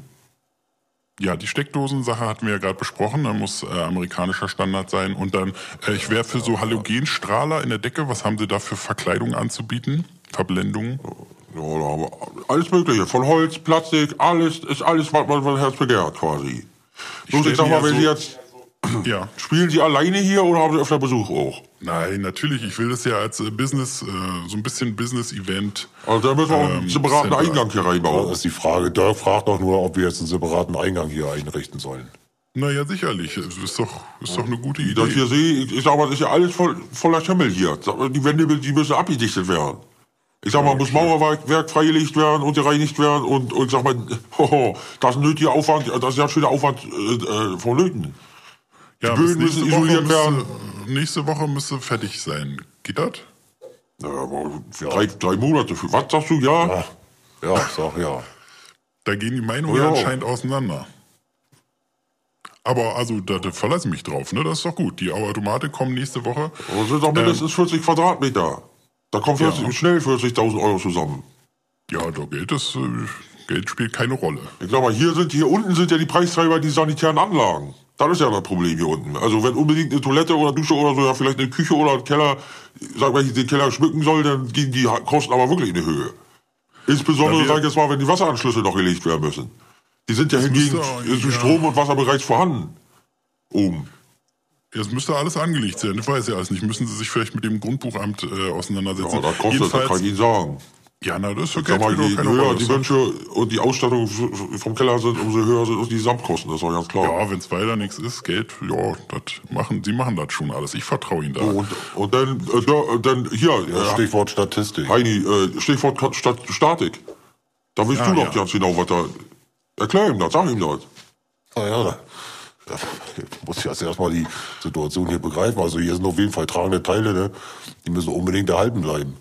Speaker 3: Ja, die Steckdosensache hatten wir ja gerade besprochen. Da muss äh, amerikanischer Standard sein. Und dann, äh, ich wäre für so Halogenstrahler in der Decke. Was haben Sie da für Verkleidung anzubieten? Verblendung?
Speaker 2: Ja, da haben wir alles Mögliche. Von Holz, Plastik, alles, ist alles, was man Herz begehrt quasi.
Speaker 3: Ich
Speaker 2: Bloß
Speaker 3: stell
Speaker 2: ich sag mal,
Speaker 3: mir ja
Speaker 2: wenn
Speaker 3: so-
Speaker 2: Sie jetzt.
Speaker 3: Ja.
Speaker 2: Spielen Sie alleine hier oder haben Sie öfter Besuch auch?
Speaker 3: Nein, natürlich. Ich will das ja als äh, Business, äh, so ein bisschen Business-Event.
Speaker 2: Also da müssen wir
Speaker 3: Ähm,
Speaker 2: auch einen separaten
Speaker 3: separat.
Speaker 2: Eingang hier
Speaker 1: Da
Speaker 2: reinbauen.
Speaker 1: ist die Frage, Dirk fragt doch nur, ob wir jetzt einen separaten Eingang hier einrichten sollen.
Speaker 3: Naja, sicherlich. Es Ist doch, ist doch eine gute
Speaker 2: Das
Speaker 3: Idee.
Speaker 2: hier sehe ich, ich sag mal, das ist ja alles voll, voller Schimmel hier. Die Wände, die müssen abgedichtet werden. Ich sag mal, muss Mauerwerk Werk freigelegt werden und gereinigt werden und, und ich sag mal, [LAUGHS] hoho, das ist ein nötiger Aufwand, das ist ja ein schöner Aufwand äh, äh, vonnöten.
Speaker 3: Ja,
Speaker 2: die
Speaker 3: bis
Speaker 2: Böden müssen
Speaker 3: nächste Woche
Speaker 2: isoliert werden.
Speaker 3: Müsste, nächste Woche müsste fertig sein. Geht das?
Speaker 2: Naja, aber für drei, drei Monate, für was sagst du, ja?
Speaker 1: Ah, ja, sag ja.
Speaker 3: Da gehen die Meinungen
Speaker 2: Ja.
Speaker 3: anscheinend auseinander. Aber also, da, da verlasse ich mich drauf, ne? Das ist doch gut. Die Automate kommen nächste Woche.
Speaker 2: Das sind doch mindestens 40 Quadratmeter. Da kommen 40,
Speaker 3: Ähm. Ja.
Speaker 2: schnell 40.000 Euro zusammen.
Speaker 3: Ja, da Geld ist, äh, Geld spielt keine Rolle.
Speaker 2: Ich sag mal, hier sind, hier unten sind ja die Preistreiber die sanitären Anlagen. Das ist ja das Problem hier unten. Also wenn unbedingt eine Toilette oder Dusche oder so, ja vielleicht eine Küche oder ein Keller, sag mal, ich den Keller schmücken soll, dann gehen die Kosten aber wirklich in die Höhe. Insbesondere,
Speaker 3: Ja, wir-
Speaker 2: sag ich jetzt mal, wenn die Wasseranschlüsse noch gelegt werden müssen. Die sind ja hingegen
Speaker 3: müsste auch-
Speaker 2: zu
Speaker 3: ja.
Speaker 2: Strom und Wasser bereits vorhanden. Um. Oben.
Speaker 3: Es müsste alles angelegt sein. Ich weiß ja alles nicht. Müssen Sie sich vielleicht mit dem Grundbuchamt äh, auseinandersetzen.
Speaker 2: Ja, das Oh, kostet, das kann ich
Speaker 3: Jedenfalls,
Speaker 2: Ihnen sagen.
Speaker 3: ja, na, das ist für
Speaker 2: Sag
Speaker 3: Geld
Speaker 2: mal,
Speaker 3: spielt
Speaker 2: je
Speaker 3: doch keine Rolle.
Speaker 2: höher
Speaker 3: Das
Speaker 2: die
Speaker 3: ist doch-
Speaker 2: Wünsche und die Ausstattung vom Keller sind, umso höher sind auch die Gesamtkosten. Das ist doch ganz klar.
Speaker 3: Ja, wenn es weiter nichts ist, Geld, ja, das machen, Sie machen das schon alles. Ich vertraue Ihnen da.
Speaker 2: Und, und dann, äh, da- dann hier,
Speaker 1: Das
Speaker 2: äh,
Speaker 1: Stichwort Statistik.
Speaker 2: Heini, äh, Stichwort Kat- Stat Statik. Da willst
Speaker 3: Ah,
Speaker 2: du doch
Speaker 3: ja.
Speaker 2: ganz genau was da. Erklär ihm das, sag ihm das.
Speaker 1: Ah, ja. da- da muss ich jetzt erstmal die Situation hier begreifen. Also hier sind auf jeden Fall tragende Teile, ne? die müssen unbedingt erhalten bleiben.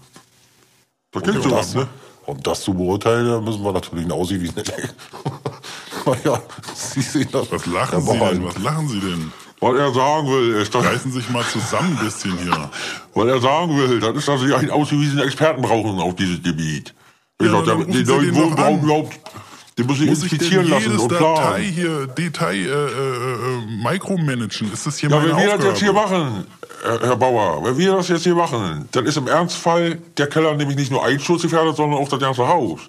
Speaker 2: Da
Speaker 1: Und
Speaker 2: kennst du das, ne?
Speaker 1: Um das zu beurteilen, da müssen wir natürlich einen ausgewiesenen. [LAUGHS] naja, Sie sehen das.
Speaker 3: Was lachen Sie denn? Was lachen Sie denn?
Speaker 2: Was er sagen will, ist, dass,
Speaker 3: Reißen Sie sich mal zusammen ein bisschen hier.
Speaker 2: was er sagen will, das ist, dass sie einen ausgewiesenen Experten brauchen auf dieses Gebiet. Ich
Speaker 3: Ja,
Speaker 2: sag,
Speaker 3: dann
Speaker 2: der,
Speaker 3: rufen
Speaker 2: den
Speaker 3: Sie
Speaker 2: neuen
Speaker 3: den doch
Speaker 2: Wohnraum
Speaker 3: an.
Speaker 2: überhaupt, den müssen sie
Speaker 3: Muss ich denn
Speaker 2: inspizieren lassen
Speaker 3: jedes
Speaker 2: und
Speaker 3: Datei
Speaker 2: planen.
Speaker 3: hier, Detail, äh, äh, äh, micromanagen? Ist das hier
Speaker 2: Ja,
Speaker 3: meine
Speaker 2: wenn wir das
Speaker 3: Aufgabe?
Speaker 2: jetzt hier machen, Herr Herr Bauer, wenn wir das jetzt hier machen, dann ist im Ernstfall der Keller nämlich nicht nur einschutzgefährdet, sondern auch das ganze Haus.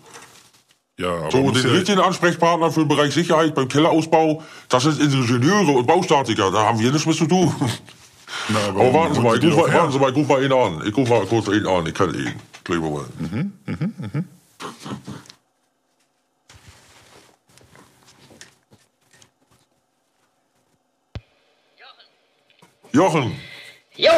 Speaker 3: ja, aber
Speaker 2: So,
Speaker 3: muss
Speaker 2: den
Speaker 3: ja,
Speaker 2: richtigen Ansprechpartner für den Bereich Sicherheit beim Kellerausbau, das sind Ingenieure und Baustatiker, da haben wir nichts mit zu tun.
Speaker 3: na,
Speaker 2: Aber Oh, warten Sie mal,
Speaker 3: holen
Speaker 2: ich
Speaker 3: die
Speaker 2: ruf
Speaker 3: doch
Speaker 2: mal,
Speaker 3: genau her?
Speaker 2: warten Sie mal, ich ruf mal ihn an. Ich ruf mal kurz ihn an, ich kann ihn. Gleich mal. Jochen,
Speaker 4: Jo,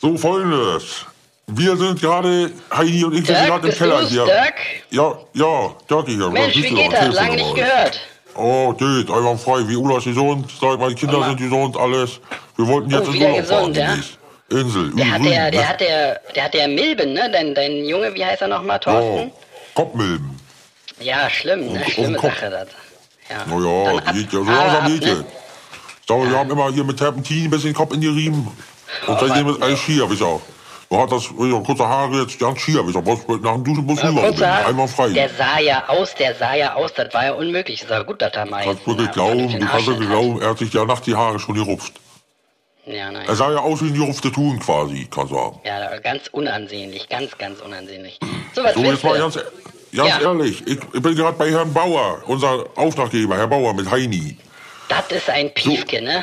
Speaker 2: so folgendes. Wir sind gerade, Heidi und ich sind
Speaker 4: Dirk,
Speaker 2: gerade im
Speaker 4: bist
Speaker 2: Keller
Speaker 4: du's?
Speaker 2: hier.
Speaker 4: Dirk?
Speaker 2: Ja, ja, Dirk hier.
Speaker 4: Mensch, wie geht das? Lange nicht gehört.
Speaker 2: Oh, geht, einfach frei. Wie Ulla ist gesund, sag meine Kinder
Speaker 4: Mama.
Speaker 2: sind gesund, alles. Wir wollten jetzt
Speaker 4: Oh,
Speaker 2: in
Speaker 4: wieder
Speaker 2: Urlaub fahren.
Speaker 4: gesund, ja?
Speaker 2: demnächst. Insel,
Speaker 4: Der hat der,
Speaker 2: ne?
Speaker 4: der hat der, der hat der Milben, ne? Dein, dein Junge, wie heißt er nochmal,
Speaker 2: Oh,
Speaker 4: Thorsten?
Speaker 2: Kopfmilben.
Speaker 4: Ja, schlimm, ne?
Speaker 2: Und-
Speaker 4: Schlimme
Speaker 2: und Kopf.
Speaker 4: Sache, das. Ja.
Speaker 2: Naja,
Speaker 4: Dann ab-
Speaker 2: geht Oh ja so
Speaker 4: aber
Speaker 2: langsam
Speaker 4: ab,
Speaker 2: geht
Speaker 4: ne?
Speaker 2: ja. Ich glaube, wir haben immer hier mit Terpentin ein bisschen Kopf in die Riemen. Und kann ich nehmen mit einem Ski, hab ich auch. Man hat das, ja, kurze Haare, jetzt ganz Ski, hab ich auch. Was- Nach dem Duschen muss
Speaker 4: Ja,
Speaker 2: rüber.
Speaker 4: kurze Haare.
Speaker 2: Einmal frei.
Speaker 4: Der sah ja aus, der sah ja aus, das war ja unmöglich. Das ist aber gut, dass er mal.
Speaker 2: Kannst
Speaker 4: jetzt
Speaker 2: du wirklich
Speaker 4: einen
Speaker 2: glauben,
Speaker 4: ordentlichen
Speaker 2: du kannst
Speaker 4: Ausschnitt
Speaker 2: wirklich glauben, er hat sich ja nachts die Haare schon gerupft.
Speaker 4: hat. Ja, nein.
Speaker 2: Er sah ja aus wie ein gerupfte Tun quasi, kann sagen.
Speaker 4: ja, ganz unansehnlich, ganz,
Speaker 2: [CLEARS THROAT]
Speaker 4: ganz unansehnlich. So, was
Speaker 2: So,
Speaker 4: willst
Speaker 2: jetzt
Speaker 4: du?
Speaker 2: mal ganz, e- ganz
Speaker 4: Ja.
Speaker 2: ehrlich, ich, ich bin gerade bei Herrn Bauer, unser Auftraggeber, Herr Bauer mit Heini.
Speaker 4: Das ist ein Piefke, ne?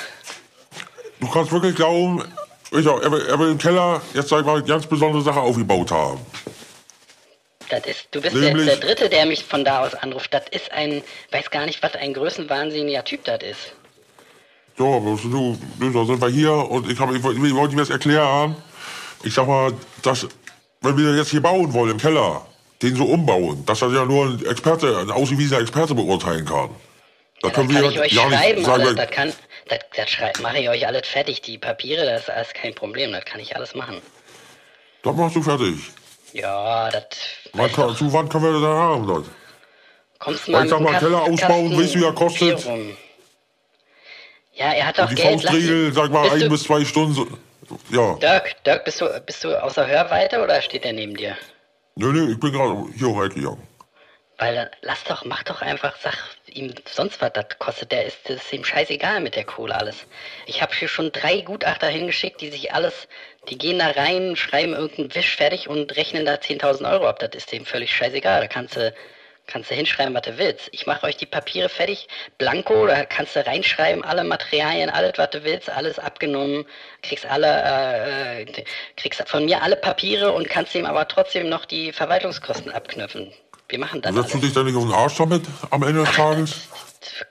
Speaker 2: Du kannst wirklich glauben, ich auch, er, will- er will im Keller jetzt sag ich mal eine ganz besondere Sache aufgebaut haben.
Speaker 4: Das ist, du bist der,
Speaker 2: Nämlich-
Speaker 4: der Dritte, der mich von da aus anruft. Das ist ein, weiß gar nicht, was ein größenwahnsinniger Typ das ist.
Speaker 2: So, aber du, du, da sind wir hier und ich, hab, ich, wollt- ich wollte ihm jetzt erklären, ich sag mal, dass, wenn wir jetzt hier bauen wollen im Keller, den so umbauen, dass das ja nur ein Experte, ein ausgewiesener Experte beurteilen kann. Da
Speaker 4: Das kann ich euch schreiben,
Speaker 2: sagen,
Speaker 4: alles.
Speaker 2: wir-
Speaker 4: Das, kann, das, das schrei- mache ich euch alles fertig. Die Papiere, das ist alles kein Problem. Das kann ich alles machen.
Speaker 2: das machst du fertig.
Speaker 4: Ja, das.
Speaker 2: Wann,
Speaker 4: weißt
Speaker 2: kann,
Speaker 4: doch.
Speaker 2: zu wann können wir das denn haben, das?
Speaker 4: Kommst
Speaker 2: Weil ich sag mal, Keller ausbauen, weißt du, wie er kostet?
Speaker 4: Rum. Ja, er hat doch
Speaker 2: Die
Speaker 4: Geld. lass-
Speaker 2: Faustregel, sag mal,
Speaker 4: bist
Speaker 2: ein
Speaker 4: du,
Speaker 2: bis zwei Stunden. so- Ja.
Speaker 4: Dirk, Dirk, bist du, bist du außer Hörweite oder steht er neben dir?
Speaker 2: Nö, nö, ich bin gerade hier reingegangen.
Speaker 4: Weil dann lass doch, mach doch einfach, sag ihm sonst was das kostet. Der ist, das ist ihm scheißegal mit der Kohle alles. Ich habe hier schon drei Gutachter hingeschickt, die sich alles, die gehen da rein, schreiben irgendeinen Wisch fertig und rechnen da 10.000 Euro ab. Das ist dem völlig scheißegal. Da kannst du, kannst du hinschreiben, was du willst. Ich mache euch die Papiere fertig, blanko, da kannst du reinschreiben, alle Materialien, alles, was du willst, alles abgenommen, kriegst alle, äh, äh, kriegst von mir alle Papiere und kannst ihm aber trotzdem noch die Verwaltungskosten abknüpfen. Wir machen das.
Speaker 2: Setzt du
Speaker 4: Alles.
Speaker 2: dich denn nicht auf den Arsch damit am Ende des Tages?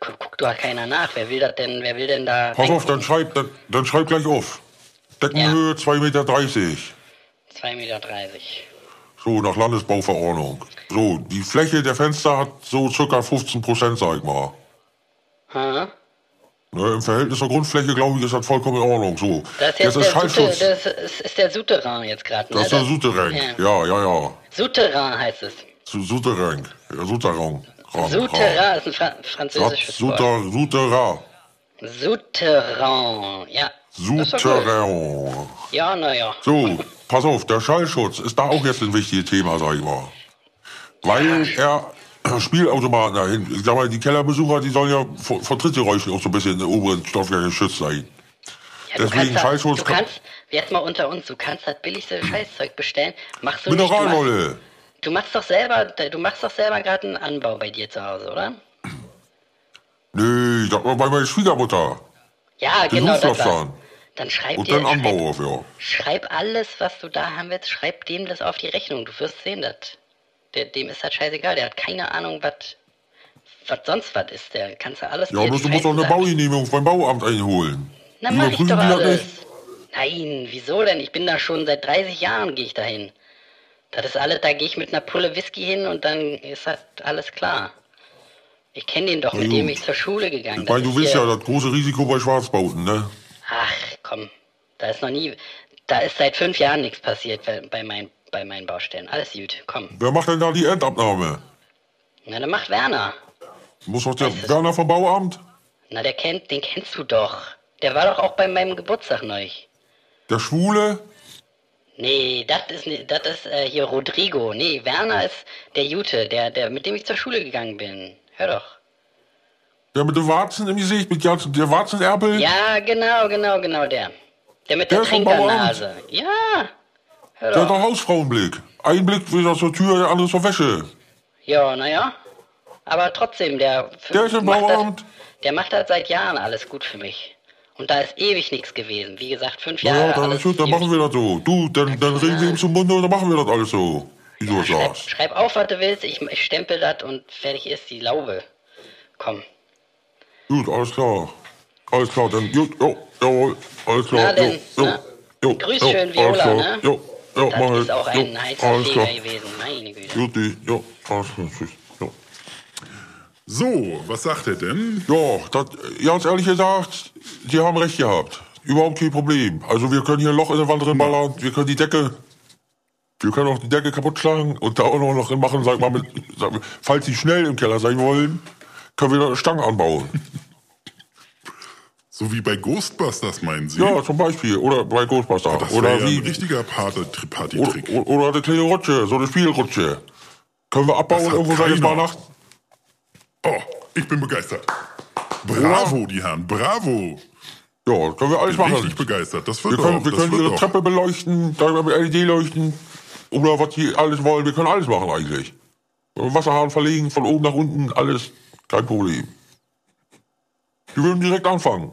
Speaker 4: Guck, guck doch keiner nach. Wer will das denn? Wer will denn da?
Speaker 2: Pass auf,
Speaker 4: reingucken?
Speaker 2: dann schreib, dann, dann schreib gleich auf. Deckenhöhe 2,30 Meter.
Speaker 4: 2,30 Meter.
Speaker 2: So, nach Landesbauverordnung. So, die Fläche der Fenster hat so circa 15 Prozent, sag ich mal.
Speaker 4: Ha?
Speaker 2: Ne, Im Verhältnis zur Grundfläche, glaube ich, ist das vollkommen in Ordnung. So,
Speaker 4: Das ist jetzt
Speaker 2: ist
Speaker 4: der Sute,
Speaker 2: Schallschutz. Das,
Speaker 4: das ist, ist der Souterrain jetzt gerade. Ne?
Speaker 2: ist der Souterrain.
Speaker 4: Ja.
Speaker 2: Ja, ja, ja.
Speaker 4: Souterrain heißt es.
Speaker 2: Su- Souterrain. Ja, Souterrain. Raum, Raum.
Speaker 4: Souterrain ist ein Fra
Speaker 2: Sat-
Speaker 4: französisches Wort.
Speaker 2: Souter- Souterrain.
Speaker 4: Souterrain, ja. Das ist doch gut.
Speaker 2: Souterrain.
Speaker 4: Ja, naja.
Speaker 2: So, pass auf, der Schallschutz ist da auch jetzt ein wichtiges Thema, sag ich mal. Weil er äh, Spielautomaten dahin, ich sag mal, die Kellerbesucher, die sollen ja vor, vor Trittgeräuschen auch so ein bisschen in der oberen Stoffwelt geschützt sein.
Speaker 4: Ja, du
Speaker 2: deswegen
Speaker 4: kannst, da,
Speaker 2: Schallschutz
Speaker 4: du
Speaker 2: kann- Hm.
Speaker 4: kannst, jetzt mal unter uns, du kannst das billigste Scheißzeug bestellen. Machst du nicht, du, machst,
Speaker 2: Mineralwolle.
Speaker 4: du machst doch selber, du machst doch selber gerade einen Anbau bei dir zu Hause, oder?
Speaker 2: Nee, ich hab mal bei meiner Schwiegermutter.
Speaker 4: Ja,
Speaker 2: Den
Speaker 4: genau das
Speaker 2: Hoflauf
Speaker 4: war's.
Speaker 2: fahren.
Speaker 4: Dann schreib
Speaker 2: Und
Speaker 4: dir,
Speaker 2: dann
Speaker 4: schreib,
Speaker 2: Anbau auf, ja.
Speaker 4: schreib alles, was du da haben willst, schreib dem das auf die Rechnung. Du wirst sehen, das. Der, dem ist das scheißegal. Der hat keine Ahnung, was was sonst was ist. Der kannst du alles
Speaker 2: Ja,
Speaker 4: dir
Speaker 2: bloß
Speaker 4: die
Speaker 2: du musst auch
Speaker 4: Feinsten
Speaker 2: eine
Speaker 4: sagen.
Speaker 2: Baugenehmigung beim Bauamt einholen.
Speaker 4: Na,
Speaker 2: Die
Speaker 4: mach ich
Speaker 2: überprüfen
Speaker 4: doch
Speaker 2: die das
Speaker 4: alles.
Speaker 2: nicht.
Speaker 4: Nein, wieso denn? Ich bin da schon seit 30 Jahren, gehe ich da hin. Das ist alles, da gehe ich mit einer Pulle Whisky hin und dann ist das alles klar. Ich kenne den doch, mit dem
Speaker 2: gut.
Speaker 4: ich zur Schule gegangen
Speaker 2: Ich meine,
Speaker 4: Das
Speaker 2: du
Speaker 4: ist
Speaker 2: willst
Speaker 4: hier-
Speaker 2: ja das große Risiko bei Schwarzbauten, ne?
Speaker 4: Ach, komm. Da ist noch nie. Da ist seit fünf Jahren nichts passiert bei, bei, mein, bei meinen Baustellen. Alles gut, komm.
Speaker 2: Wer macht denn da die Endabnahme?
Speaker 4: Na, dann macht Werner.
Speaker 2: Muss doch der
Speaker 4: Weiß es-
Speaker 2: Werner vom Bauamt?
Speaker 4: Na, der kennt, den kennst du doch. Der war doch auch bei meinem Geburtstag neulich.
Speaker 2: Der Schwule?
Speaker 4: Nee, das ist ni- das ist äh, hier Rodrigo. Nee, Werner ist der Jute, der, der, mit dem ich zur Schule gegangen bin. Hör doch.
Speaker 2: Der mit dem Warzen im Gesicht, mit ganzen, der Warzenerpel?
Speaker 4: Ja, genau, genau, genau der. Der mit der,
Speaker 2: Der vom
Speaker 4: Trinkernase. Ja. Hör
Speaker 2: Der hat
Speaker 4: doch.
Speaker 2: doch Hausfrauenblick. Ein Blick wieder zur Tür, der andere zur Wäsche.
Speaker 4: Ja, naja. Aber trotzdem, der,
Speaker 2: Der ist im
Speaker 4: macht das-
Speaker 2: Bauamt.
Speaker 4: Der macht das seit Jahren alles gut für mich. Und da ist ewig nichts gewesen. Wie gesagt, fünf
Speaker 2: Ja,
Speaker 4: Jahre.
Speaker 2: dann,
Speaker 4: alles
Speaker 2: ist gut, dann
Speaker 4: gut.
Speaker 2: machen wir das so. Du, dann, dann reden sie ihm zum Munde und dann machen wir das alles so. Wie du das
Speaker 4: schreib,
Speaker 2: sagst.
Speaker 4: schreib auf, was du willst. Ich, ich stempel das und fertig ist die Laube. Komm.
Speaker 2: Gut, alles klar. Alles klar, dann, gut, jo, jawohl, alles
Speaker 4: Na
Speaker 2: klar,
Speaker 4: denn,
Speaker 2: jo,
Speaker 4: na.
Speaker 2: jo, jo,
Speaker 4: Grüß
Speaker 2: jo,
Speaker 4: schön,
Speaker 2: alles
Speaker 4: Viola,
Speaker 2: klar,
Speaker 4: ne?
Speaker 2: Jo, jo,
Speaker 4: Das
Speaker 2: mach
Speaker 4: ist
Speaker 2: ich,
Speaker 4: auch ein
Speaker 2: jo,
Speaker 4: heißer
Speaker 2: alles
Speaker 4: Feger
Speaker 2: klar.
Speaker 4: gewesen. Meine Güte.
Speaker 2: Gut, die, jo, alles klar, tschüss, jo.
Speaker 3: So, was sagt er denn?
Speaker 2: Ja, das, ganz ehrlich gesagt, die haben recht gehabt. Überhaupt kein Problem. Also wir können hier ein Loch in der Wand reinballern, wir können die Decke, wir können auch die Decke kaputt schlagen und da auch noch ein Loch reinmachen, sag mal, mit, sag, mal, falls sie schnell im Keller sein wollen, können wir da Stangen anbauen.
Speaker 3: So wie bei Ghostbusters, meinen Sie?
Speaker 2: Ja, zum Beispiel. Oder bei Ghostbuster.
Speaker 3: das
Speaker 2: oder
Speaker 3: wäre ja
Speaker 2: wie.
Speaker 3: ein richtiger Party-
Speaker 2: oder,
Speaker 3: Party-Trick.
Speaker 2: oder oder eine kleine Rutsche, so eine Spielrutsche. Können wir abbauen
Speaker 3: hat
Speaker 2: irgendwo seit
Speaker 3: keiner.
Speaker 2: Weihnachten?
Speaker 3: Oh, ich bin begeistert. Bravo, die Herren, bravo.
Speaker 2: Ja, können wir alles
Speaker 3: Ich bin
Speaker 2: machen.
Speaker 3: richtig begeistert. Das
Speaker 2: Wir
Speaker 3: wird
Speaker 2: können,
Speaker 3: doch,
Speaker 2: wir
Speaker 3: das
Speaker 2: können
Speaker 3: wird
Speaker 2: ihre
Speaker 3: doch.
Speaker 2: Treppe beleuchten, dann mit LED-Leuchten. E Oder was die alles wollen. Wir können alles machen eigentlich. Wasserhahn verlegen, von oben nach unten, alles. Kein Problem. Die würden direkt anfangen.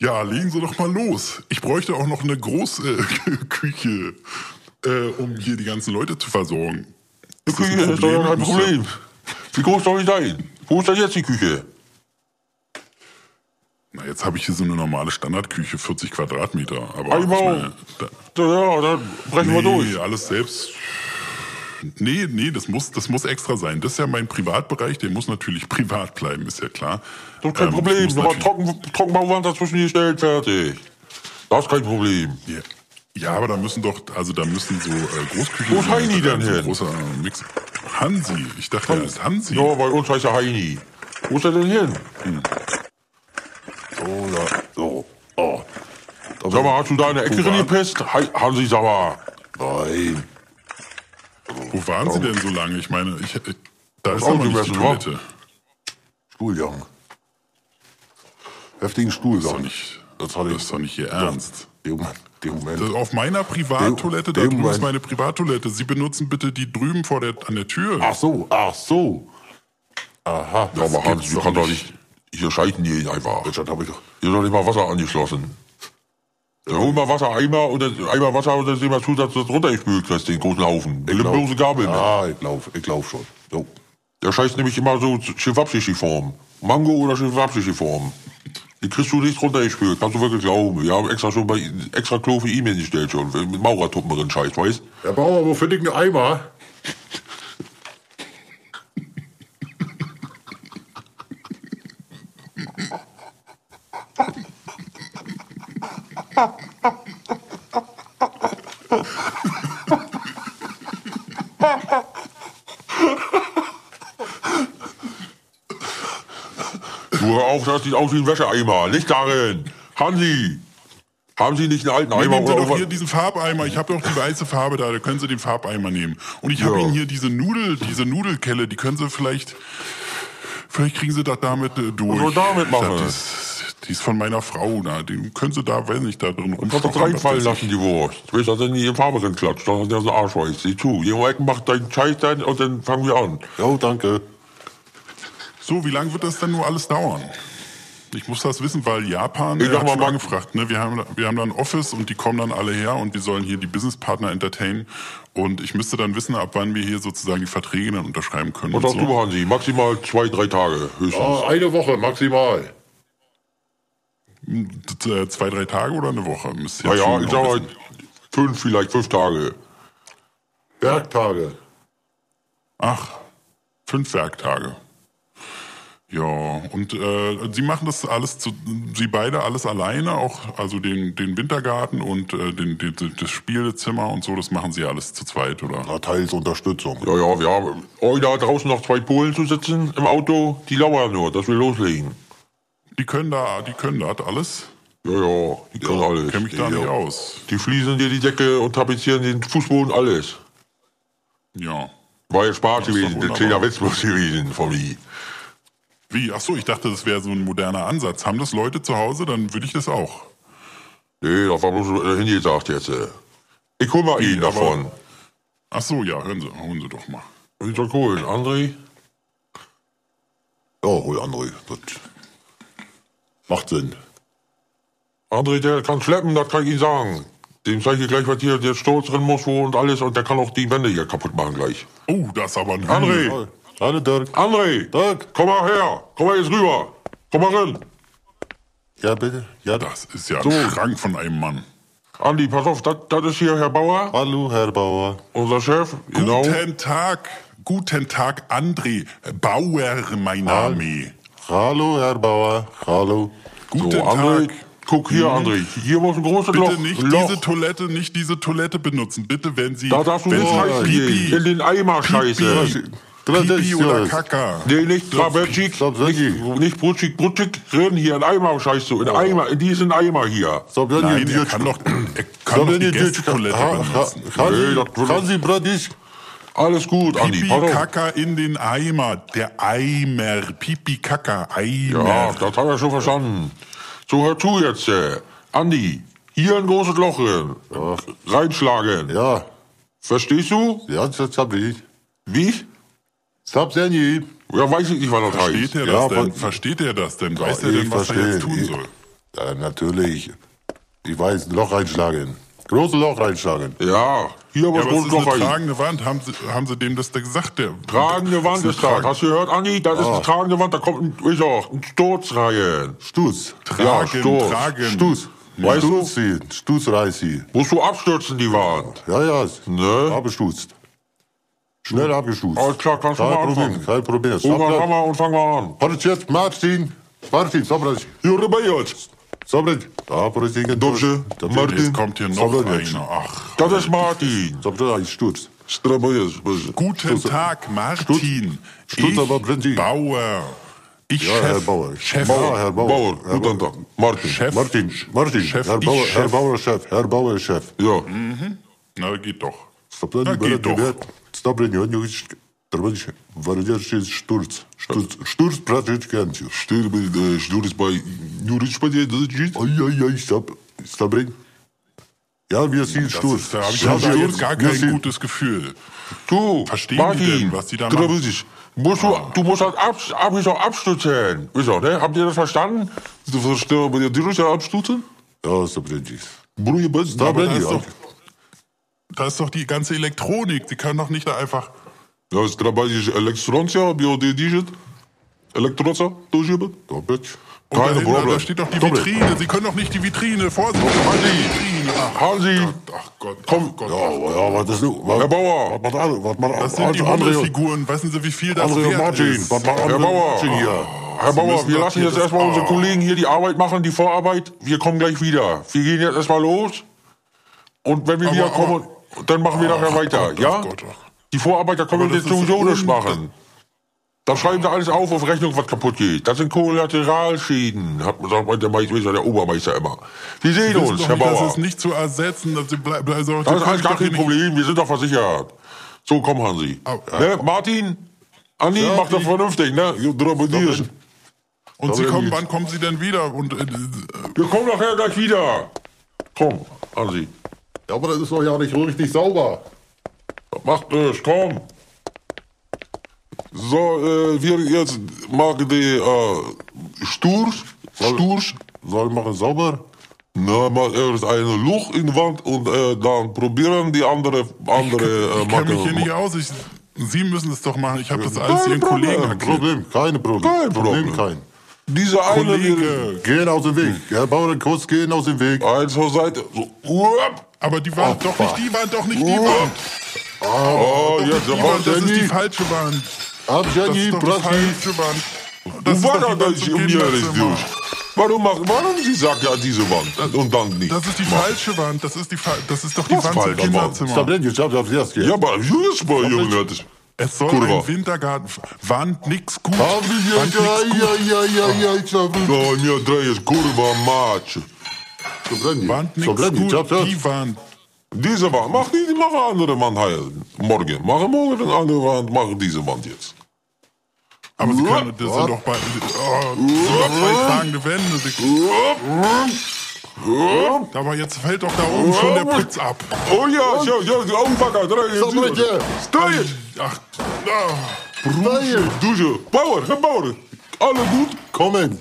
Speaker 3: Ja, legen Sie doch mal los. Ich bräuchte auch noch eine große [LAUGHS] Küche, äh, um hier die ganzen Leute zu versorgen.
Speaker 2: Die
Speaker 3: das ein
Speaker 2: Küche ist doch ja
Speaker 3: Problem?
Speaker 2: kein
Speaker 3: Muss ja-
Speaker 2: Problem. Wie groß soll die sein? Wo ist denn jetzt die Küche?
Speaker 3: Na, jetzt habe ich hier so eine normale Standardküche, 40 Quadratmeter. Aber
Speaker 2: Einmal.
Speaker 3: da,
Speaker 2: So, Ja, dann brechen wir durch.
Speaker 3: nee, alles selbst. Nee, nee, das muss, das muss extra sein. Das ist ja mein Privatbereich, der muss natürlich [LAUGHS] privat bleiben, ist ja klar.
Speaker 2: So, kein
Speaker 3: Ähm, ich
Speaker 2: Problem.
Speaker 3: muss
Speaker 2: Nochmal
Speaker 3: natürlich-
Speaker 2: trocken, Trockenbauwand dazwischen gestellt, fertig. Das ist kein Problem.
Speaker 3: Ja. Ja, aber da müssen doch, also da müssen so äh, Großküchen.
Speaker 2: Wo ist Heini denn
Speaker 3: so
Speaker 2: hin?
Speaker 3: großer äh, Mix. Hansi, ich dachte, er ist Hansi.
Speaker 2: Ja, bei uns heißt er Heini. Wo ist er denn hin?
Speaker 1: So, ja, so. Oh. Da
Speaker 2: Sag mal, hast du da eine Ecke
Speaker 1: Wo war-
Speaker 2: reingepisst? Hei- Hansi, sag mal.
Speaker 1: Nein.
Speaker 3: Wo waren Sie denn so lange? Ich meine, ich, ich da ist
Speaker 2: auch
Speaker 3: aber nicht die
Speaker 2: gemessen, wa?
Speaker 3: Toilette.
Speaker 1: Stuhljang. Heftigen Stuhlgang.
Speaker 3: Doch nicht,
Speaker 1: Das hatte
Speaker 3: das
Speaker 1: ich.
Speaker 3: ist doch nicht Ihr Ernst.
Speaker 1: Den Moment. Den Moment.
Speaker 3: Das- Auf meiner Privattoilette, da
Speaker 1: dem
Speaker 3: drüben ist
Speaker 1: Moment.
Speaker 3: meine Privattoilette. Sie benutzen bitte die drüben vor der, an der Tür.
Speaker 1: Ach so, ach so. Aha.
Speaker 2: Ja, aber
Speaker 3: gibt's
Speaker 2: Hansi, du
Speaker 3: doch
Speaker 2: kannst doch
Speaker 3: nicht.
Speaker 2: nicht. Hier scheiden die einfach.
Speaker 1: Mensch, dann habe ich doch.
Speaker 2: Hier ist doch nicht mal Wasser angeschlossen. Dann hol mal Wassereimer und dann einmal Wasser und dann sehen wir zu, dass du das runtergespült kriegst, den großen Haufen. Mit einer
Speaker 1: glaub-
Speaker 2: bloßen Gabel. mit.
Speaker 1: Ah, ich glaube ich glaub schon. So.
Speaker 2: Der scheißt nämlich immer so Schifabschischi-Form. Mango oder Schifabschischi-Form. Die kriegst du nicht runtergespült, kannst du wirklich glauben. Wir haben extra schon bei extra Klo für E-Mail gestellt schon, mit Maurertuppen drin, scheiß, weißt?
Speaker 1: Herr Bauer, wo finde ich einen Eimer?
Speaker 2: Du hör auf, das sieht aus wie ein Wäscheeimer. Nicht darin. Hansi, haben Sie nicht einen alten
Speaker 3: Dann
Speaker 2: Eimer
Speaker 3: nehmen Sie
Speaker 2: oder
Speaker 3: doch hier
Speaker 2: irgendwas?
Speaker 3: diesen Farbeimer. Ich habe doch die weiße Farbe da. Da können Sie den Farbeimer nehmen. Und ich habe
Speaker 2: Ja.
Speaker 3: Ihnen hier diese Nudel, diese Nudelkelle. Die können Sie vielleicht, vielleicht kriegen Sie das damit äh, durch.
Speaker 2: soll Also damit machen?
Speaker 3: Das ist, die ist von meiner Frau. Na, die können Sie da, weiß nicht, da drin
Speaker 2: Du kannst doch reinfallen lassen, die Wurst. Du willst, dass er nicht in Farbe reinklatscht, dass er so ein Arsch weiß. Sieh zu, die Ecken macht deinen Scheiß dann und dann fangen wir an.
Speaker 1: Jo, danke.
Speaker 3: So, wie lange wird das denn nur alles dauern? Ich muss das wissen, weil Japan
Speaker 2: Ich
Speaker 3: äh,
Speaker 2: sag
Speaker 3: hat
Speaker 2: mal,
Speaker 3: schon
Speaker 2: Marc-
Speaker 3: angefragt. Ne? Wir, haben, da- wir haben da ein Office und die kommen dann alle her und wir sollen hier die Businesspartner entertainen. Und ich müsste dann wissen, ab wann wir hier sozusagen die Verträge dann unterschreiben können.
Speaker 2: Und
Speaker 3: und
Speaker 2: auch
Speaker 3: so.
Speaker 2: du, Hansi, maximal zwei, drei Tage höchstens.
Speaker 1: Ah, eine Woche maximal.
Speaker 3: T- äh, Zwei, drei Tage oder eine Woche? Müsst ihr
Speaker 2: Ja,
Speaker 3: jetzt
Speaker 2: ja,
Speaker 3: schon
Speaker 2: ich
Speaker 3: noch
Speaker 2: sag mal,
Speaker 3: wissen.
Speaker 2: fünf, vielleicht fünf Tage.
Speaker 1: Werktage.
Speaker 3: Ach, fünf Werktage. Ja, und äh, Sie machen das alles, zu, Sie beide alles alleine, auch also den, den Wintergarten und äh, den, den, den, das Spielzimmer und so, das machen Sie alles zu zweit, oder?
Speaker 1: Na, teils Unterstützung.
Speaker 2: Ja, ja, wir haben heute da draußen noch zwei Polen zu sitzen im Auto. Die lauern nur, dass wir loslegen.
Speaker 3: Die können da, die können das alles.
Speaker 2: Ja, ja, die können alles.
Speaker 3: Kenne mich da
Speaker 2: die,
Speaker 3: nicht aus.
Speaker 2: die fließen dir die Decke und tapezieren den Fußboden, alles.
Speaker 3: Ja.
Speaker 2: War jetzt Spaß
Speaker 3: ist doch
Speaker 2: gewesen, der
Speaker 3: wunderbar.
Speaker 2: kleiner Witz muss gewesen von mir.
Speaker 3: Wie? Ach so, ich dachte, das wäre so ein moderner Ansatz. Haben das Leute zu Hause, dann würde ich das auch.
Speaker 2: Nee, das war bloß hingesagt jetzt. äh. Ich hol mal ihn
Speaker 3: aber-
Speaker 2: davon.
Speaker 3: Ach so, ja, hören Sie, holen Sie doch mal.
Speaker 2: Ich soll holen. André?
Speaker 1: Ja, hol André. Das macht Sinn.
Speaker 2: André, der kann schleppen, das kann ich Ihnen sagen. Dem zeige ich gleich, was hier der Sturz drin muss, wo und alles. Und der kann auch die Wände hier kaputt machen gleich.
Speaker 3: Oh, das ist aber ein
Speaker 2: André!
Speaker 3: Hühner.
Speaker 1: Hallo Dirk.
Speaker 2: André!
Speaker 1: Dirk.
Speaker 2: Komm mal her! Komm mal jetzt rüber! Komm mal ran!
Speaker 1: Ja, bitte. Ja,
Speaker 3: Das ist ja ein Schrank von einem Mann.
Speaker 2: Andi, pass auf, das das ist hier Herr Bauer,
Speaker 1: Hallo, Herr Bauer.
Speaker 2: unser Chef. Genau.
Speaker 3: Guten Tag, guten Tag, André Bauer, mein Name.
Speaker 1: Hallo, Herr Bauer. Hallo. Oh,
Speaker 3: Guten
Speaker 2: So, André,
Speaker 3: Tag.
Speaker 2: guck hier, André. Hier muss ein großes
Speaker 3: Bitte
Speaker 2: Loch.
Speaker 3: nicht
Speaker 2: ein Loch.
Speaker 3: diese Toilette, nicht diese Toilette benutzen. Bitte, wenn Sie,
Speaker 2: da darfst du
Speaker 3: wenn
Speaker 2: nicht
Speaker 3: Sie
Speaker 2: scheißen
Speaker 3: Pipi,
Speaker 2: gehen. In den Eimer scheiße.
Speaker 1: Das, Das ist-
Speaker 3: Pipi oder
Speaker 1: das-
Speaker 3: Kaka.
Speaker 2: Nee, nicht Trabetschik,
Speaker 1: Sabretschik.
Speaker 2: nicht, nicht Brutschik, Brutschik, reden hier in Eimer, scheißt du, in Eimer, in diesen Eimer hier.
Speaker 1: So, wenn
Speaker 3: Nein,
Speaker 1: die-
Speaker 3: er kann doch, er kann doch
Speaker 1: Sollen
Speaker 3: die
Speaker 1: wir Ah, die
Speaker 3: Gästetoilette benutzen.
Speaker 2: Nee, das
Speaker 1: Hansi,
Speaker 2: würde-
Speaker 1: Hansi Bradisch.
Speaker 2: Alles gut, ah, Andi,
Speaker 3: Pipi,
Speaker 2: pass auf.
Speaker 3: Kaka in den Eimer. Der Eimer. Pipi, Kaka,
Speaker 2: Ja,
Speaker 3: Eimer.
Speaker 2: das hab ich schon verstanden. So, hör zu jetzt, äh. Andi, hier ein großes Loch rein. Reinschlagen.
Speaker 1: Ja,
Speaker 2: Verstehst du?
Speaker 1: ja, das hab ich.
Speaker 2: Wie?
Speaker 1: Das hab ich nie.
Speaker 2: Ja, weiß ich nicht, was das heißt.
Speaker 3: Versteht er
Speaker 1: Ja,
Speaker 3: das denn?
Speaker 1: aber-
Speaker 3: Versteht er das denn? Weiß
Speaker 1: Ja,
Speaker 3: er
Speaker 1: ich
Speaker 3: denn, was er
Speaker 1: verstehe.
Speaker 3: jetzt tun
Speaker 1: Ich-
Speaker 3: soll?
Speaker 1: Ja, natürlich. Ich weiß, ein Loch reinschlagen. Großes Loch reinschlagen.
Speaker 2: Ja, hier aber das
Speaker 3: Ja, aber es
Speaker 2: große
Speaker 3: ist eine
Speaker 2: Loch rein.
Speaker 3: tragende Wand. Haben sie, haben sie dem das da gesagt? Der,
Speaker 2: Tragende Wand ist das. Hast du gehört, Andi? Das ist
Speaker 1: Ah.
Speaker 2: eine tragende Wand, da kommt ein, ist auch ein Sturz rein.
Speaker 1: Stuß.
Speaker 2: Ja,
Speaker 3: Tragen,
Speaker 2: Sturz.
Speaker 3: tragen.
Speaker 1: Stuß.
Speaker 2: Weißt du?
Speaker 1: Stuß sie. Stuß reiß sie.
Speaker 2: Musst du abstürzen, die Wand.
Speaker 1: Ja, ja.
Speaker 2: Ne?
Speaker 1: Abgestuzt. Schnell abgestuzt.
Speaker 2: Alles klar, kannst du
Speaker 1: Kein
Speaker 2: mal
Speaker 1: Problem,
Speaker 2: anfangen.
Speaker 1: Kein Problem.
Speaker 2: Irgendwann haben
Speaker 1: Stopp,
Speaker 2: wir und fangen wir an.
Speaker 1: Patrz jetzt, Martin. Martin, Sobrać.
Speaker 2: Jure Bajot.
Speaker 1: Sobrać. Da, Prozingen.
Speaker 2: Dobrze.
Speaker 1: Martin.
Speaker 3: Jetzt kommt hier noch
Speaker 1: Sobrać.
Speaker 3: einer. Ach.
Speaker 2: Das ist Martin.
Speaker 1: Sobrać, ein Sturz.
Speaker 2: Strabajot.
Speaker 3: Guten Tag, Martin.
Speaker 1: Stutz, aber
Speaker 3: ich
Speaker 1: Prinzip.
Speaker 3: Bauer. Ich
Speaker 1: Ja, Herr
Speaker 3: Chef.
Speaker 1: Bauer.
Speaker 3: Chef.
Speaker 1: Bauer, Herr Bauer.
Speaker 2: Bauer,
Speaker 1: Herr
Speaker 2: guten Tag. Martin.
Speaker 3: Chef.
Speaker 1: Martin, Martin,
Speaker 3: Chef,
Speaker 1: Herr,
Speaker 3: ich
Speaker 1: Bauer,
Speaker 3: Chef.
Speaker 1: Herr Bauer, Chef, Herr Bauer, Chef.
Speaker 2: Ja.
Speaker 3: Na, geht doch.
Speaker 1: Stopp,
Speaker 3: Na, geht doch.
Speaker 1: Stopp, Wardzielszy Sturz. Sturz, Sturz Praczyczkancio.
Speaker 2: Stirb, äh, Schnurris bei Jurisch bei dir, das ist gut.
Speaker 1: Ojojoj, stopp, Stobryn. Ja, wir sind Sturz.
Speaker 3: Da habe ich
Speaker 1: Ja,
Speaker 3: ja,
Speaker 1: wir-
Speaker 3: jetzt gar
Speaker 1: wir
Speaker 3: kein
Speaker 1: sind-
Speaker 3: gutes Gefühl.
Speaker 2: Du,
Speaker 3: Verstehen die
Speaker 2: Martin,
Speaker 3: denn, was die da
Speaker 2: Strabel
Speaker 3: machen? Ah.
Speaker 2: sich. Musst du, du musst halt ab, ab, ist auch abstürzen. Ist auch, ne? Habt ihr das verstanden? Du verstehst bei dir Jurisch abstürzen?
Speaker 1: Ja, Stobryn.
Speaker 2: Brühe Benz, da halt.
Speaker 1: Stobryn,
Speaker 3: das ist
Speaker 1: ja.
Speaker 3: doch- Da ist doch die ganze Elektronik. Die kann doch nicht da einfach.
Speaker 2: Ja, Strabel ist Elektronzer, Biodidigit. Elektronzer, du Schiebet?
Speaker 1: Dobrać.
Speaker 2: Keine
Speaker 3: dahinter,
Speaker 2: Probleme.
Speaker 3: da steht doch die
Speaker 1: Doppel.
Speaker 3: Vitrine. Sie können doch nicht die Vitrine. Vorsicht, die Vitrine. Ach,
Speaker 2: Hansi,
Speaker 3: ach Gott,
Speaker 2: Komm,
Speaker 3: ach Gott.
Speaker 1: Ja, ja, was ist nun?
Speaker 2: Herr Bauer, Also,
Speaker 1: Was man, was man,
Speaker 3: Das sind die Hundefiguren. Wissen Sie, wie viel das
Speaker 1: also André
Speaker 3: wert
Speaker 1: Martin,
Speaker 3: ist?
Speaker 1: was man,
Speaker 2: Herr Bauer.
Speaker 1: Martin hier.
Speaker 2: Herr Bauer,
Speaker 3: Ah, müssen
Speaker 2: wir
Speaker 3: doch
Speaker 2: lassen
Speaker 3: hier
Speaker 2: jetzt
Speaker 3: das-
Speaker 2: erstmal unsere
Speaker 3: Ah.
Speaker 2: Kollegen hier die Arbeit machen, die Vorarbeit. Wir kommen gleich wieder. Wir gehen jetzt erstmal los. Und wenn wir
Speaker 3: Aber-
Speaker 2: wieder kommen, dann machen wir nachher
Speaker 3: Ach
Speaker 2: weiter.
Speaker 3: Gott, ach
Speaker 2: ja?
Speaker 3: Gott, ach.
Speaker 2: Die Vorarbeit, da können
Speaker 3: Aber
Speaker 2: wir
Speaker 3: das
Speaker 2: jetzt
Speaker 3: ist
Speaker 2: sowieso nicht
Speaker 3: un-
Speaker 2: machen. Da schreiben sie alles auf auf Rechnung, was kaputt geht. Das sind Kollateralschäden, hat sagt mein- der, Meister, der Obermeister immer. Sie sehen
Speaker 3: Wir wissen
Speaker 2: uns,
Speaker 3: doch
Speaker 2: Herr
Speaker 3: nicht,
Speaker 2: Bauer.
Speaker 3: Das ist nicht zu ersetzen. Das, bleib, also,
Speaker 2: Das ist alles gar
Speaker 3: doch
Speaker 2: kein
Speaker 3: hier nicht-
Speaker 2: Problem, wir sind doch versichert. So, komm, Hansi.
Speaker 3: Au.
Speaker 2: ne? Martin, Andi, mach das vernünftig, ne? Jo, drüber dir.
Speaker 3: Und Sie
Speaker 2: Aber
Speaker 3: kommen,
Speaker 2: gut.
Speaker 3: wann kommen Sie denn wieder? Und äh,
Speaker 2: Wir kommen nachher gleich wieder. Komm, Hansi.
Speaker 1: Ja, aber das ist doch ja nicht richtig sauber.
Speaker 2: Macht es, komm. So, äh, wir jetzt machen die äh, Sturz. Sturz.
Speaker 1: Soll ich machen sauber?
Speaker 2: Na, mal erst eine Loch in die Wand und äh, dann probieren die andere, andere äh,
Speaker 3: ich kenne mich hier
Speaker 2: machen.
Speaker 3: nicht aus. Ich, Sie müssen es doch machen. Ich habe das alles Ihren
Speaker 2: Problem.
Speaker 3: Kollegen
Speaker 1: Kein
Speaker 3: erklärt.
Speaker 1: Problem, keine Problem.
Speaker 2: Kein Problem.
Speaker 1: kein.
Speaker 2: Diese eine.
Speaker 3: Kollege. Hm.
Speaker 1: Gehen aus dem Weg. Herr Bauer, kurz gehen aus dem Weg.
Speaker 2: Eins zur Seite. So, uap.
Speaker 3: Aber die waren doch nicht die Wand, doch nicht die
Speaker 2: Oh.
Speaker 3: Wand.
Speaker 2: Oh, jetzt
Speaker 3: Die Wand, das ist die
Speaker 1: Jenny.
Speaker 3: falsche Wand.
Speaker 1: Ab,
Speaker 3: Das
Speaker 1: Jenny,
Speaker 3: ist doch die
Speaker 1: Brassi.
Speaker 3: falsche Wand. Das
Speaker 2: Du
Speaker 3: ist
Speaker 2: war
Speaker 3: doch
Speaker 2: doch
Speaker 3: die Wand
Speaker 2: nicht
Speaker 3: zum
Speaker 2: um hier ist
Speaker 3: Kinderzimmer.
Speaker 2: durch. Warum, macht- warum sie sagt ja diese Wand und dann nicht?
Speaker 3: Das ist die
Speaker 2: Mann.
Speaker 3: falsche Wand. Das ist, die, fa- das ist doch die
Speaker 2: Was
Speaker 3: Wand zum
Speaker 2: falsche Wand?
Speaker 3: Kinderzimmer.
Speaker 1: Sabrin, ich hab das erst
Speaker 2: Ja,
Speaker 1: hier.
Speaker 2: aber Julius war Junge.
Speaker 3: Es soll
Speaker 2: Kurwa.
Speaker 3: ein Wintergarten. Wand nix gut.
Speaker 1: Haben Sie
Speaker 3: Wand
Speaker 1: jetzt?
Speaker 3: nix
Speaker 1: Ja,
Speaker 3: gut.
Speaker 1: ja, ja, ja, ja, Sabrin.
Speaker 2: No, mir drei ist Kurva Matsch.
Speaker 3: Wand nix
Speaker 1: Sabrin, ich hab
Speaker 3: gut.
Speaker 1: das.
Speaker 3: Die Wand.
Speaker 2: Diese Wand, mach die, mach eine andere Wand heil. Morgen, mach morgen eine andere Wand, mach diese Wand jetzt.
Speaker 3: Aber sie
Speaker 2: Uah.
Speaker 3: können, das sind doch bei, oh, das sind doch zwei tragende Wände. Sie, aber jetzt fällt doch da oben schon der Putz ab.
Speaker 2: Oh ja, ja, ja, die Augenbacker, drei ist
Speaker 1: Sabrin, ja.
Speaker 2: Steuert!
Speaker 3: Ach, ah.
Speaker 1: Nein,
Speaker 2: Dusche, Bauer, Herr Bauer, alle gut?
Speaker 1: kommen.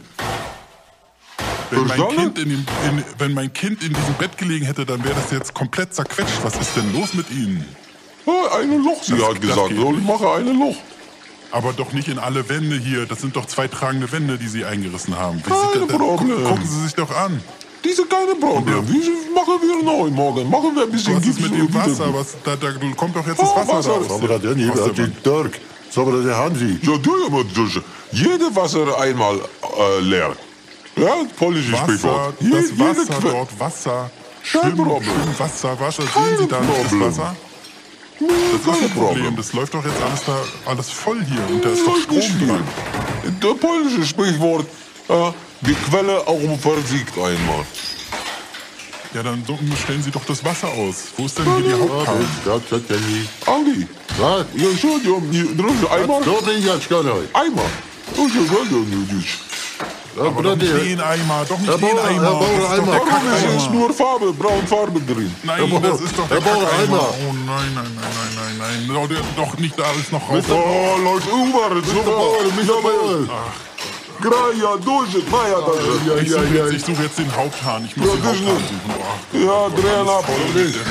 Speaker 3: wenn, mein
Speaker 2: Verstanden?
Speaker 3: kind in dem, in, wenn mein Kind in diesem Bett gelegen hätte, dann wäre das jetzt komplett zerquetscht. Was ist denn los mit Ihnen?
Speaker 2: Ja, eine Loch, sie
Speaker 3: Das-
Speaker 2: hat
Speaker 3: das
Speaker 2: gesagt,
Speaker 3: geht
Speaker 2: so, ich mache eine Loch.
Speaker 3: Aber doch nicht in alle Wände hier. Das sind doch zwei tragende Wände, die Sie eingerissen haben. Wie
Speaker 2: Keine
Speaker 3: sieht das,
Speaker 2: Problem.
Speaker 3: gucken Sie sich doch an.
Speaker 2: Diese keine Probleme, wie machen wir neu morgen? Machen wir ein bisschen
Speaker 3: Was ist
Speaker 2: Gips
Speaker 3: mit
Speaker 2: und
Speaker 3: dem
Speaker 2: wieder-
Speaker 3: Wasser? Was, da, da kommt doch jetzt das
Speaker 2: Oh,
Speaker 3: Wasser
Speaker 2: Wasser.
Speaker 3: raus.
Speaker 1: Sabrin, Jenny,
Speaker 3: Aus der
Speaker 1: hab
Speaker 3: Wand.
Speaker 1: den Dirk. Sabrin, der Hansi.
Speaker 2: Ja, du immer Dusche. Jede Wasser einmal äh, leer. Ja, polnisches
Speaker 3: Wasser,
Speaker 2: Sprichwort. Je-
Speaker 3: das Wasser
Speaker 2: Que-
Speaker 3: dort, Wasser.
Speaker 2: Kein
Speaker 3: Schwimmen,
Speaker 2: Problem.
Speaker 3: schwimmen, Wasser, Wasser.
Speaker 2: Kein
Speaker 3: Sehen Sie da nicht das
Speaker 2: Problem.
Speaker 3: Wasser? Das ist ein Problem. Das läuft doch jetzt alles, da, alles voll hier und da ist doch Strom dran.
Speaker 2: Der polnische Sprichwort, äh, die Quelle auch versiegt einmal.
Speaker 3: Ja, dann so- stellen Sie doch das Wasser aus. Wo ist denn hier die Hauptkarte?
Speaker 1: Das hat ja nie.
Speaker 2: Andi,
Speaker 1: Was?
Speaker 2: ja, Entschuldigung, die- drüben einmal,
Speaker 1: So bin ich jetzt gar nicht.
Speaker 2: einmal. Entschuldigung, Jüdisch.
Speaker 3: Aber doch nicht den Eimer, doch nicht
Speaker 1: Herr
Speaker 3: den
Speaker 1: Bauer, Herr
Speaker 3: Eimer.
Speaker 1: Bauer,
Speaker 3: Das ist doch der
Speaker 1: Eimer.
Speaker 2: Warum ist jetzt
Speaker 3: Kackeimer.
Speaker 2: nur Farbe, braun Farbe drin?
Speaker 3: Nein,
Speaker 1: Herr Bauer,
Speaker 3: das ist doch der
Speaker 1: Herr Bauer,
Speaker 3: Kackeimer.
Speaker 1: Eimer.
Speaker 3: Oh nein, nein, nein, nein, nein, nein. Doch, der- Doch nicht, da ist noch
Speaker 2: Oh,
Speaker 3: raus.
Speaker 2: O, läuft über, super. Graja, duży, maja, duży.
Speaker 3: Ich suche jetzt, ich suche jetzt den Haupthahn. Ich muss den
Speaker 2: das ist
Speaker 3: Haupthahn
Speaker 2: nicht.
Speaker 3: suchen.
Speaker 2: Ja,
Speaker 3: Boah.
Speaker 2: drehen ab.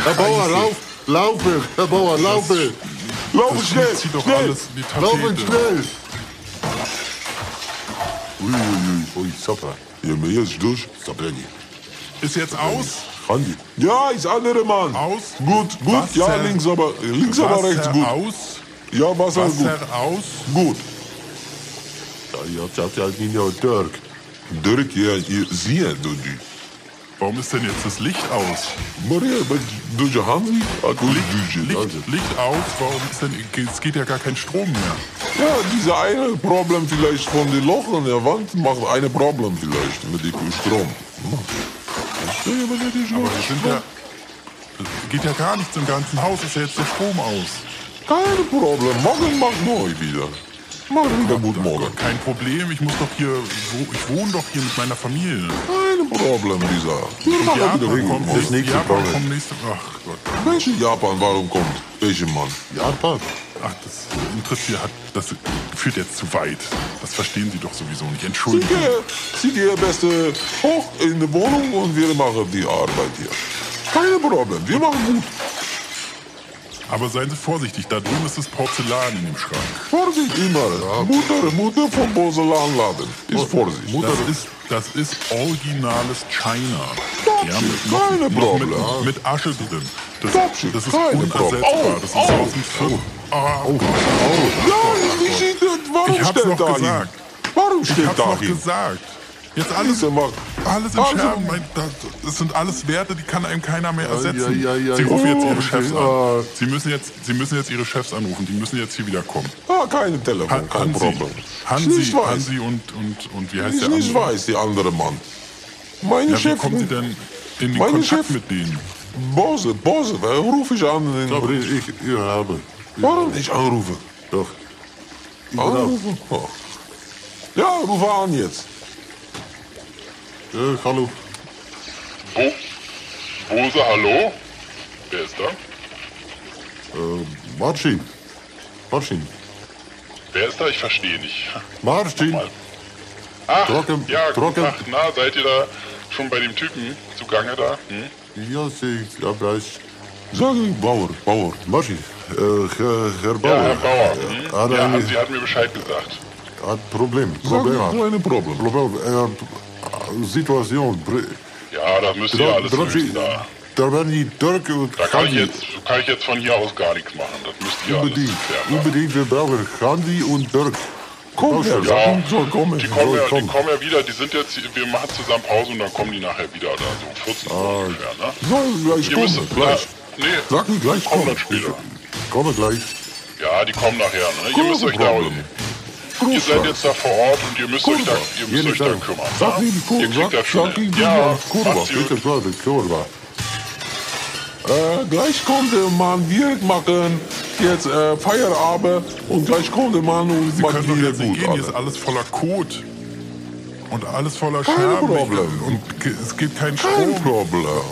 Speaker 1: Herr Bauer, lauf, laufe, Herr Bauer, laufe,
Speaker 2: Lauf
Speaker 3: Das
Speaker 2: schnell,
Speaker 3: schmilzt sie doch
Speaker 2: schnell.
Speaker 3: alles in die
Speaker 1: laufen
Speaker 3: Tapete.
Speaker 1: schnell. Uiuiui, ui, super.
Speaker 2: Ja, mir jetzt durch.
Speaker 1: Zabreni.
Speaker 3: Ist jetzt aus?
Speaker 1: Andi.
Speaker 2: Ja, ist andere Mann.
Speaker 3: Aus?
Speaker 2: Gut, gut,
Speaker 3: Wasser.
Speaker 2: ja, links aber, links aber rechts
Speaker 3: Wasser
Speaker 2: gut.
Speaker 3: aus?
Speaker 2: Ja, Wasser, gut.
Speaker 3: Wasser aus?
Speaker 2: Gut.
Speaker 1: Ja, Jetzt habt ihr halt nicht nur Dirk.
Speaker 2: Dirk, ja, ihr seht, Dudu.
Speaker 3: Warum ist denn jetzt das Licht aus?
Speaker 2: Maria, bei Dudu Hansi, hat uns Dudu.
Speaker 3: Licht, Licht aus, warum ist denn, es geht ja gar kein Strom mehr.
Speaker 2: Ja, diese eine Problem vielleicht von den Loch an der Wand macht eine Problem vielleicht mit dem Strom. Hm. Ja, aber das ist
Speaker 3: Aber
Speaker 2: nur
Speaker 3: wir sind
Speaker 2: Strom.
Speaker 3: ja, es geht ja gar nichts im ganzen Haus, ist ja jetzt der Strom aus.
Speaker 2: Keine Problem, morgen mach neu wieder. Mach wieder gut morgen.
Speaker 3: Kein Problem, ich muss doch hier, wo- ich wohne doch hier mit meiner Familie.
Speaker 2: Kein Problem, Lisa. Wir machen wieder gut
Speaker 3: Japan
Speaker 2: morgen.
Speaker 3: kommt
Speaker 1: Das
Speaker 3: nächste,
Speaker 1: nächste
Speaker 3: Japan
Speaker 1: Problem.
Speaker 3: kommt nächste, ach Gott.
Speaker 2: Welche Japan, warum kommt? Welche Mann?
Speaker 1: Japan.
Speaker 3: Ach, das interessiert, hat, das führt jetzt zu weit. Das verstehen Sie doch sowieso nicht,
Speaker 2: Sieh
Speaker 3: entschuldigen.
Speaker 2: dir, sieh dir Beste hoch in die Wohnung und wir machen die Arbeit hier. Keine Problem, wir machen gut.
Speaker 3: Aber seien Sie vorsichtig, da drüben ist das Porzellan in dem Schrank.
Speaker 2: Vorsicht immer. Mutter, Mutter vom Porzellanladen. Ist Vorsicht.
Speaker 3: Das ist, das ist originales China.
Speaker 2: Das ist keine
Speaker 3: noch
Speaker 2: Problem.
Speaker 3: mit, mit Asche drin. Das,
Speaker 2: Das ist
Speaker 3: das ist
Speaker 2: keine Oh,
Speaker 3: unersetzbar.
Speaker 2: Problem. Au,
Speaker 3: das ist
Speaker 2: au,
Speaker 3: aus dem Film. Ah,
Speaker 2: Nein, wie sieht das? Warum
Speaker 3: Ich hab's
Speaker 2: steht
Speaker 3: noch
Speaker 2: da
Speaker 3: gesagt.
Speaker 2: hin? Warum
Speaker 3: ich
Speaker 2: steht
Speaker 3: hab's noch
Speaker 2: da hin?
Speaker 3: gesagt. Jetzt alles,
Speaker 2: Alles immer.
Speaker 3: alles in
Speaker 2: Also-
Speaker 3: Scherben. Mein, das, das sind alles Werte, die kann einem keiner mehr ersetzen.
Speaker 1: ja, ja,
Speaker 3: Sie
Speaker 1: ja.
Speaker 3: rufen jetzt
Speaker 1: Oh,
Speaker 3: ihre Chefs
Speaker 1: ja.
Speaker 2: Ah.
Speaker 3: an. Sie müssen jetzt, Sie müssen jetzt ihre Chefs anrufen. Die müssen jetzt hier wieder kommen.
Speaker 2: Ah, keine Telefon,
Speaker 3: Han-
Speaker 2: kein
Speaker 3: Hansi,
Speaker 2: Problem.
Speaker 3: Hansi,
Speaker 2: ich weiß.
Speaker 3: Hansi und, und, und wie heißt
Speaker 2: ich
Speaker 3: der
Speaker 2: nicht
Speaker 3: andere?
Speaker 2: weiß, die andere Mann. Meine
Speaker 3: Ja, wie
Speaker 2: Chefin.
Speaker 3: kommen Sie denn in den
Speaker 2: Meine
Speaker 3: Kontakt
Speaker 2: Chef-
Speaker 3: mit denen?
Speaker 2: Bose, Bose, warum rufe ich an? Den
Speaker 1: Aber ich, ich, ihr habe.
Speaker 2: Warum nicht anrufen?
Speaker 1: Doch.
Speaker 2: Anrufen? Oh. Ja, rufe an jetzt.
Speaker 1: Dirk, hallo.
Speaker 5: Bo Bose, hallo? Wer ist da?
Speaker 1: Martin. Martin.
Speaker 5: Wer ist da? Ich verstehe nicht.
Speaker 1: Martin.
Speaker 5: Ach,
Speaker 1: Trocken,
Speaker 5: ja,
Speaker 1: trocken.
Speaker 5: Ach, na, seid ihr da schon bei dem Typen zugange da? Hm?
Speaker 1: Ja, sehe ich, ja, weiß.
Speaker 2: Sag ich, Bauer, Bauer.
Speaker 1: Martin, äh, Herr, Herr
Speaker 5: Ja,
Speaker 1: Bauer.
Speaker 5: Herr Bauer. Hm?
Speaker 1: äh, Hat
Speaker 5: ja,
Speaker 1: ein
Speaker 5: sie hat mir Bescheid gesagt.
Speaker 1: hat Problem.
Speaker 2: Sag
Speaker 1: Problem.
Speaker 2: ich, kleine Problem.
Speaker 1: Problem. Äh, Situation. Pr-
Speaker 5: Ja, das müsst ihr alles
Speaker 1: Martin,
Speaker 5: lösen da.
Speaker 1: Da werden die Dirk und
Speaker 5: Da kann ich,
Speaker 1: Kandi-
Speaker 5: jetzt, kann ich jetzt von hier aus gar nichts machen. Das müsst ihr
Speaker 1: Unbedingt,
Speaker 5: alles klären. da.
Speaker 1: unbedingt, wir brauchen Gandhi und Dirk.
Speaker 2: Komm,
Speaker 1: Brauchst du
Speaker 2: Herr,
Speaker 1: das?
Speaker 5: Ja.
Speaker 2: komm, so, komm,
Speaker 5: Die
Speaker 2: Herr,
Speaker 5: kommen,
Speaker 2: so,
Speaker 5: ja, die
Speaker 2: komm.
Speaker 5: kommen ja wieder, die sind jetzt, hier- wir machen zusammen Pause und dann kommen die nachher wieder oder so, 14 Uhr ungefähr, ne?
Speaker 2: So, gleich
Speaker 5: Ihr
Speaker 2: kommen,
Speaker 5: müsst,
Speaker 2: gleich.
Speaker 5: Ja, nee,
Speaker 2: Sag mir gleich,
Speaker 5: kommen
Speaker 2: komm.
Speaker 5: dann später.
Speaker 1: Komme gleich.
Speaker 5: Ja, die kommen nachher, ne? Ihr müsst euch da
Speaker 2: Problem.
Speaker 5: Ihr seid
Speaker 2: Großstadt.
Speaker 5: jetzt da vor Ort und ihr müsst euch da, ihr müsst
Speaker 1: Jeden
Speaker 5: euch da
Speaker 1: Tag.
Speaker 5: kümmern.
Speaker 2: Sag ihm,
Speaker 5: ihr
Speaker 2: Kur-
Speaker 5: kriegt
Speaker 2: sag,
Speaker 5: das schon.
Speaker 2: sag ihm,
Speaker 5: hin. ja,
Speaker 2: Kurva,
Speaker 5: macht's
Speaker 1: Bitte,
Speaker 5: gut.
Speaker 1: Kurve, Kurve.
Speaker 2: Äh, gleich kommt der Mann, wir machen jetzt äh, Feierabend und gleich kommt der Mann und
Speaker 3: Sie
Speaker 2: macht
Speaker 3: können doch
Speaker 2: wieder
Speaker 3: jetzt nicht
Speaker 2: gut.
Speaker 3: gehen, hier ist
Speaker 2: Alter.
Speaker 3: alles voller Kot. Und alles voller
Speaker 2: Kein
Speaker 3: Scherben.
Speaker 2: Problem.
Speaker 3: Und ge- es gibt keinen
Speaker 2: Kein
Speaker 3: Strom.
Speaker 2: Problem.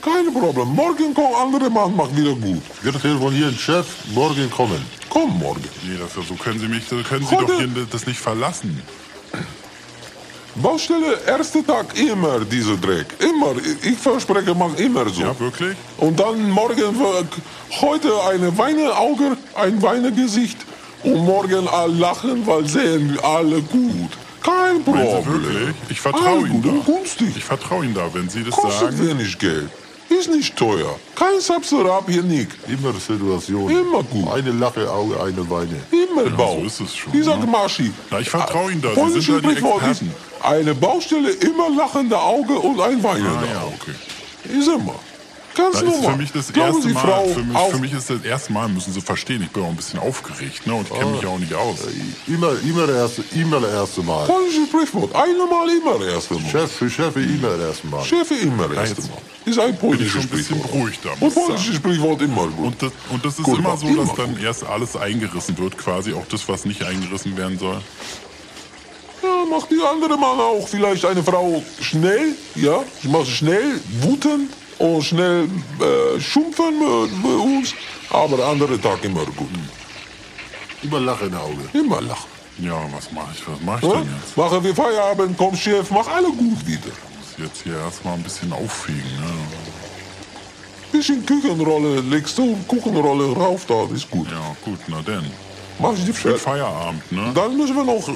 Speaker 2: Kein Problem. Morgen kommt andere Mann, macht wieder gut.
Speaker 1: Wir telefonieren, Chef, morgen kommen.
Speaker 2: Komm morgen.
Speaker 3: Nee, das, so können Sie mich, so können Sie
Speaker 2: Heute-
Speaker 3: doch hier das nicht verlassen.
Speaker 2: Baustelle, erster Tag immer dieser Dreck. Immer. Ich- Ich verspreche, mach immer so.
Speaker 3: Ja, wirklich?
Speaker 2: Und dann morgen, wird heute eine weine Auge, ein weine Gesicht. Und morgen all lachen, weil sehen alle gut. Kein
Speaker 3: Meinen Sie
Speaker 2: Problem.
Speaker 3: wirklich? Ich vertraue
Speaker 2: All
Speaker 3: Ihnen
Speaker 2: gut und
Speaker 3: da. Ich
Speaker 2: günstig.
Speaker 3: vertraue Ihnen da, wenn Sie das
Speaker 2: Kostet
Speaker 3: sagen.
Speaker 2: wenig Geld. Ist nicht teuer. Kein Subserab hier nicht.
Speaker 1: Immer Situation.
Speaker 2: Immer gut.
Speaker 1: Eine Lache, Auge, eine Weine.
Speaker 2: Immer Bau.
Speaker 3: Genau, so ist es schon,
Speaker 2: Ich sag
Speaker 3: ne?
Speaker 2: Maschi.
Speaker 3: Na, ich vertraue Ihnen da. Sie
Speaker 2: Polnisches
Speaker 3: sind da die
Speaker 2: Sprichwort ist,
Speaker 3: Experten.
Speaker 2: eine Baustelle, immer lachende Auge und ein
Speaker 3: Ah
Speaker 2: weinender
Speaker 3: ja,
Speaker 2: Auge.
Speaker 3: okay.
Speaker 2: Ist immer. Ganz
Speaker 3: Da ist
Speaker 2: normal.
Speaker 3: für mich das
Speaker 2: Glauben
Speaker 3: erste
Speaker 2: Sie,
Speaker 3: Mal,
Speaker 2: Frau,
Speaker 3: für, mich,
Speaker 2: auf-
Speaker 3: für mich ist das erste Mal, müssen Sie verstehen, ich bin auch ein bisschen aufgeregt, ne? Und ich
Speaker 2: Ah.
Speaker 3: kenne mich ja auch nicht
Speaker 2: Äh,
Speaker 3: aus.
Speaker 1: Immer, immer der erste, immer der erste Mal.
Speaker 2: Polnisches Sprichwort. Einmal immer das erste Mal.
Speaker 1: Chef für Chef immer der erste Mal.
Speaker 2: Schärfe immer das erste
Speaker 3: jetzt
Speaker 2: Mal. Ist ein
Speaker 3: ich schon
Speaker 2: polnisches
Speaker 3: ein bisschen
Speaker 2: Sprichwort.
Speaker 3: beruhigter, muss
Speaker 2: Und
Speaker 3: ich
Speaker 2: polnisches Sprichwort immer gut.
Speaker 3: Und das, und das ist
Speaker 2: Oh, Gut,
Speaker 3: immer
Speaker 2: macht
Speaker 3: so,
Speaker 2: die
Speaker 3: dass
Speaker 2: mal
Speaker 3: dann erst alles eingerissen wird, quasi auch das, was nicht eingerissen werden soll.
Speaker 2: Ja, macht die andere Mann auch vielleicht eine Frau schnell, ja? Ich mache schnell wütend und schnell äh, schumpfen mit, mit uns, aber der andere Tag immer gut.
Speaker 1: Immer Lach in den Augen.
Speaker 2: Immer lachen.
Speaker 3: Ja, was mache ich? Was mache ich
Speaker 2: Ja?
Speaker 3: denn jetzt?
Speaker 2: Machen wir Feierabend, komm Chef, mach alle gut wieder.
Speaker 3: Ich muss jetzt hier erstmal ein bisschen auffegen. Ne?
Speaker 2: Bisschen Küchenrolle legst du und Kuchenrolle rauf da, ist gut.
Speaker 3: Ja, gut, na denn.
Speaker 2: Mach ich die
Speaker 3: Schön
Speaker 2: Fe-
Speaker 3: Feierabend, ne?
Speaker 2: Dann müssen wir noch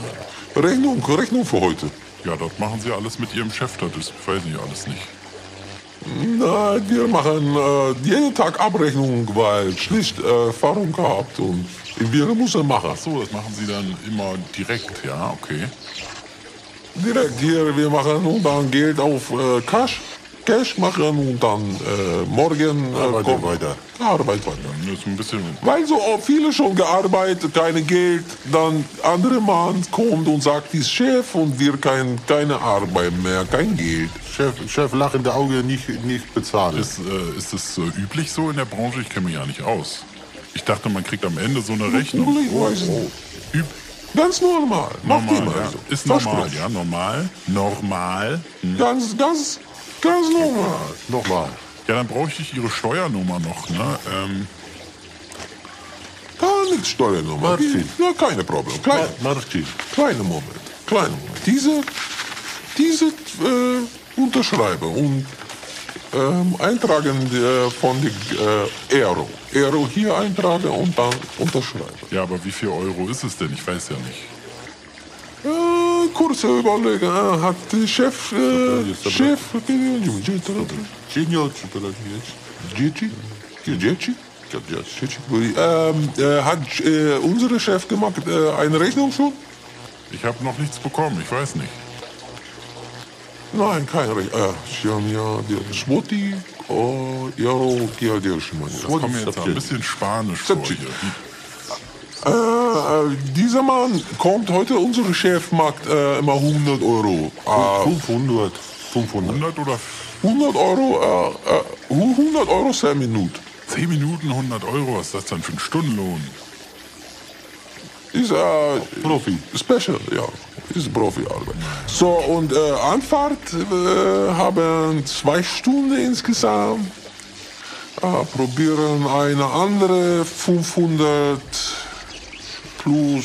Speaker 2: Rechnung, Rechnung für heute.
Speaker 3: Ja, das machen sie alles mit ihrem Chef, das ist- weiß ich alles nicht.
Speaker 2: Nein, wir machen äh, jeden Tag Abrechnung, weil schlicht äh, Erfahrung gehabt und wir müssen machen.
Speaker 3: Ach so, das machen sie dann immer direkt, ja, okay.
Speaker 2: Direkt hier, wir machen und dann Geld auf äh, Cash, Cash machen und dann äh, morgen äh,
Speaker 1: Arbeit
Speaker 2: kommt-
Speaker 1: weiter.
Speaker 2: Arbeit weiter.
Speaker 3: Dann Hm, ist ein bisschen.
Speaker 2: Weil so auch viele schon gearbeitet, kein Geld, dann andere Mann kommt und sagt, ist Chef und wir kein, keine Arbeit mehr, kein Geld.
Speaker 1: Chef, Chef Lach in den Augen nicht, nicht bezahlen.
Speaker 3: Ist, äh, ist das äh, üblich so in der Branche? Ich kenne mich ja nicht aus. Ich dachte, man kriegt am Ende so eine Rechnung. Oh,
Speaker 2: Ich weiß nicht.
Speaker 3: Üb
Speaker 2: Ganz normal, macht
Speaker 3: normal,
Speaker 2: immer
Speaker 3: ja.
Speaker 1: also.
Speaker 2: so.
Speaker 3: Ist normal,
Speaker 2: Versprochen.
Speaker 3: ja, normal. Normal. Hm.
Speaker 2: Ganz, ganz, ganz normal.
Speaker 1: Nochmal.
Speaker 3: Ja, dann brauche ich Ihre Steuernummer noch, ne? Ähm,
Speaker 2: Gar nichts Steuernummer.
Speaker 1: Martin.
Speaker 2: Ja, keine Problem. Kleine,
Speaker 1: Martin.
Speaker 2: kleine Moment. Kleine Moment. Diese, diese äh, unterschreibe und ähm, eintragen äh, von der äh, Aero. Aero hier eintragen und dann unterschreibe.
Speaker 3: ja, aber wie viel Euro ist es denn? Ich weiß ja nicht.
Speaker 2: Äh, kurze Überlegung. Äh, hat der Chef, äh,
Speaker 1: Jetzt aber-
Speaker 2: Chef,
Speaker 1: Senior, Superlativ.
Speaker 2: Dzieci? Dzieci? Ähm, äh, hat äh, unsere Chef gemacht äh, eine Rechnung schon?
Speaker 3: Ich habe noch nichts bekommen, ich weiß nicht.
Speaker 2: Nein, keine Rechnung. Äh, ich hab ja, der Schmutti, oh, ja, ja, der Schmutti.
Speaker 3: Das kommt mir jetzt ein bisschen spanisch vor hier.
Speaker 2: Subject. Äh, äh, dieser Mann kommt heute, unsere Chef macht äh, immer 100 Euro. Äh,
Speaker 1: 500. 500.
Speaker 3: 100 oder
Speaker 2: 100 Euro, äh, äh, 100 Euro per Minute.
Speaker 3: 10 Minuten 100 Euro, was ist das denn für ein Stundenlohn?
Speaker 2: Ist äh,
Speaker 1: Profi.
Speaker 2: Special, ja. Ist Profiarbeit. So, und äh, Anfahrt äh, haben zwei Stunden insgesamt. Äh, probieren eine andere 500 plus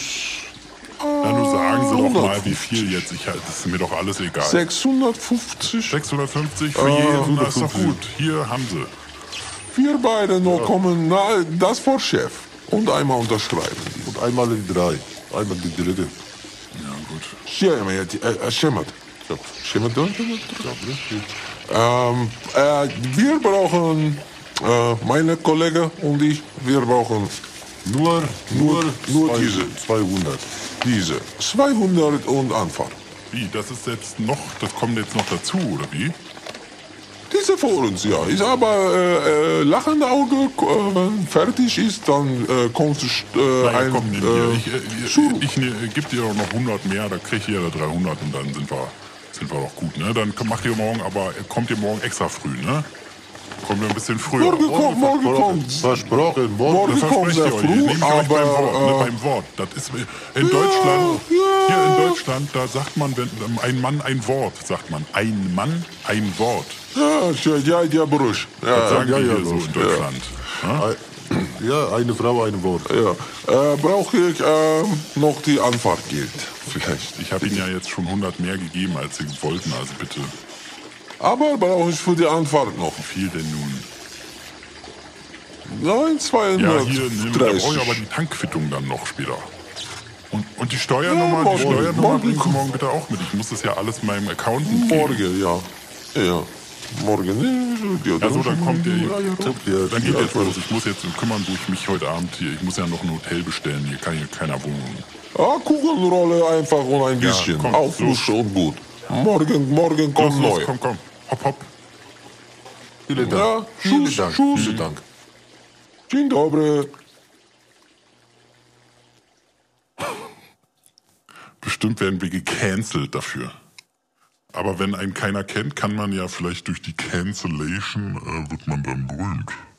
Speaker 3: Na, nur sagen Sie doch mal,
Speaker 2: 150.
Speaker 3: wie viel jetzt. Ich, halt- das ist mir doch alles egal.
Speaker 2: 650.
Speaker 3: 650
Speaker 1: Ah,
Speaker 3: für jeden, das ist doch gut. Hier haben Sie.
Speaker 2: Wir beide noch kommen, na, das vor Chef. Und einmal unterschreiben.
Speaker 1: Und einmal die drei. Einmal die dritte.
Speaker 3: Ja, gut.
Speaker 2: Schämmer, äh, Schämmert. Schämmert, ähm, äh, Wir brauchen, äh, meine Kollege und ich, wir brauchen
Speaker 1: Nur, nur,
Speaker 2: Nur
Speaker 1: zwei-
Speaker 2: diese.
Speaker 1: 200.
Speaker 2: diese 200 und Anfahrt.
Speaker 3: Wie, das ist jetzt noch, das kommt jetzt noch dazu, oder wie?
Speaker 2: Diese vor uns, ja. Ist aber äh, äh, lachende Auge, äh, wenn fertig ist, dann äh, kommt äh,
Speaker 3: Naja,
Speaker 2: ein...
Speaker 3: komm, nehmen wir. Ich, äh, ich,
Speaker 2: Schurk.
Speaker 3: ich, ne- geb dir auch noch 100 mehr, da krieg ich jeder 300 und dann sind wir, sind wir doch gut, ne? Dann macht ihr morgen, aber äh, kommt ihr morgen extra früh, ne? Kommt ihr ein bisschen früher.
Speaker 2: Morgen kommt, morgen kommt.
Speaker 1: Versprochen.
Speaker 2: Morgen
Speaker 1: Morgen.
Speaker 3: Das
Speaker 2: kommt
Speaker 3: verspreche
Speaker 2: sehr
Speaker 3: ich euch. Nehme
Speaker 2: früh,
Speaker 3: ich euch beim Wort, ne,
Speaker 2: aber... Äh,
Speaker 3: beim Wort. Das ist äh, in Deutschland,
Speaker 2: ja.
Speaker 3: hier in Deutschland, da sagt man, wenn ähm, ein Mann ein Wort, sagt man. Ein Mann, ein Wort.
Speaker 2: ja, schön, ja, ja, Brusch.
Speaker 3: Das
Speaker 2: Äh, Ja,
Speaker 3: sagen
Speaker 1: ja,
Speaker 3: die
Speaker 1: ja,
Speaker 3: hier so
Speaker 1: los,
Speaker 3: in Deutschland. Ja.
Speaker 1: Ja, eine Frau, ein Wort.
Speaker 2: Ja, äh, brauche ich ähm, noch die Anfahrtgeld vielleicht.
Speaker 3: Ich habe ihnen ja jetzt schon 100 mehr gegeben, als sie wollten, also bitte. Wie
Speaker 2: Aber brauche ich für die Anfahrt noch.
Speaker 3: viel denn nun?
Speaker 2: Nein,
Speaker 3: Ja, hier, nimm, da brauche ich
Speaker 2: 230.
Speaker 3: aber die Tankquittung dann noch später. Und, und die Steuernummer,
Speaker 2: Ja, morgen.
Speaker 3: die Steuernummer
Speaker 2: Morgen
Speaker 3: bringen Sie
Speaker 2: kommt-
Speaker 3: morgen bitte auch mit. Ich muss das ja alles meinem Accountant geben.
Speaker 2: Morgen, ja. Ja. Morgen. Ja,
Speaker 3: Also dann kommt der,
Speaker 2: Ja, ja, ja.
Speaker 3: dann geht jetzt los. Ich muss jetzt kümmern, wo ich mich heute Abend hier, ich muss ja noch ein Hotel bestellen, hier kann hier keiner wohnen.
Speaker 2: Ah, Kugelrolle einfach und ein
Speaker 3: Ja,
Speaker 2: bisschen.
Speaker 3: komm,
Speaker 2: Auflusch und gut. Morgen, morgen kommt
Speaker 3: Los, los,
Speaker 2: neu.
Speaker 3: komm, komm, hopp, hopp.
Speaker 1: Vielen Dank.
Speaker 2: Ja,
Speaker 1: vielen
Speaker 2: tschüss,
Speaker 1: Dank.
Speaker 2: tschüss.
Speaker 1: Vielen Dank.
Speaker 2: Dzień dobry.
Speaker 3: Bestimmt werden wir gecancelt dafür. Aber wenn einen keiner kennt, kann man ja vielleicht durch die Cancellation, äh, wird man dann berühmt.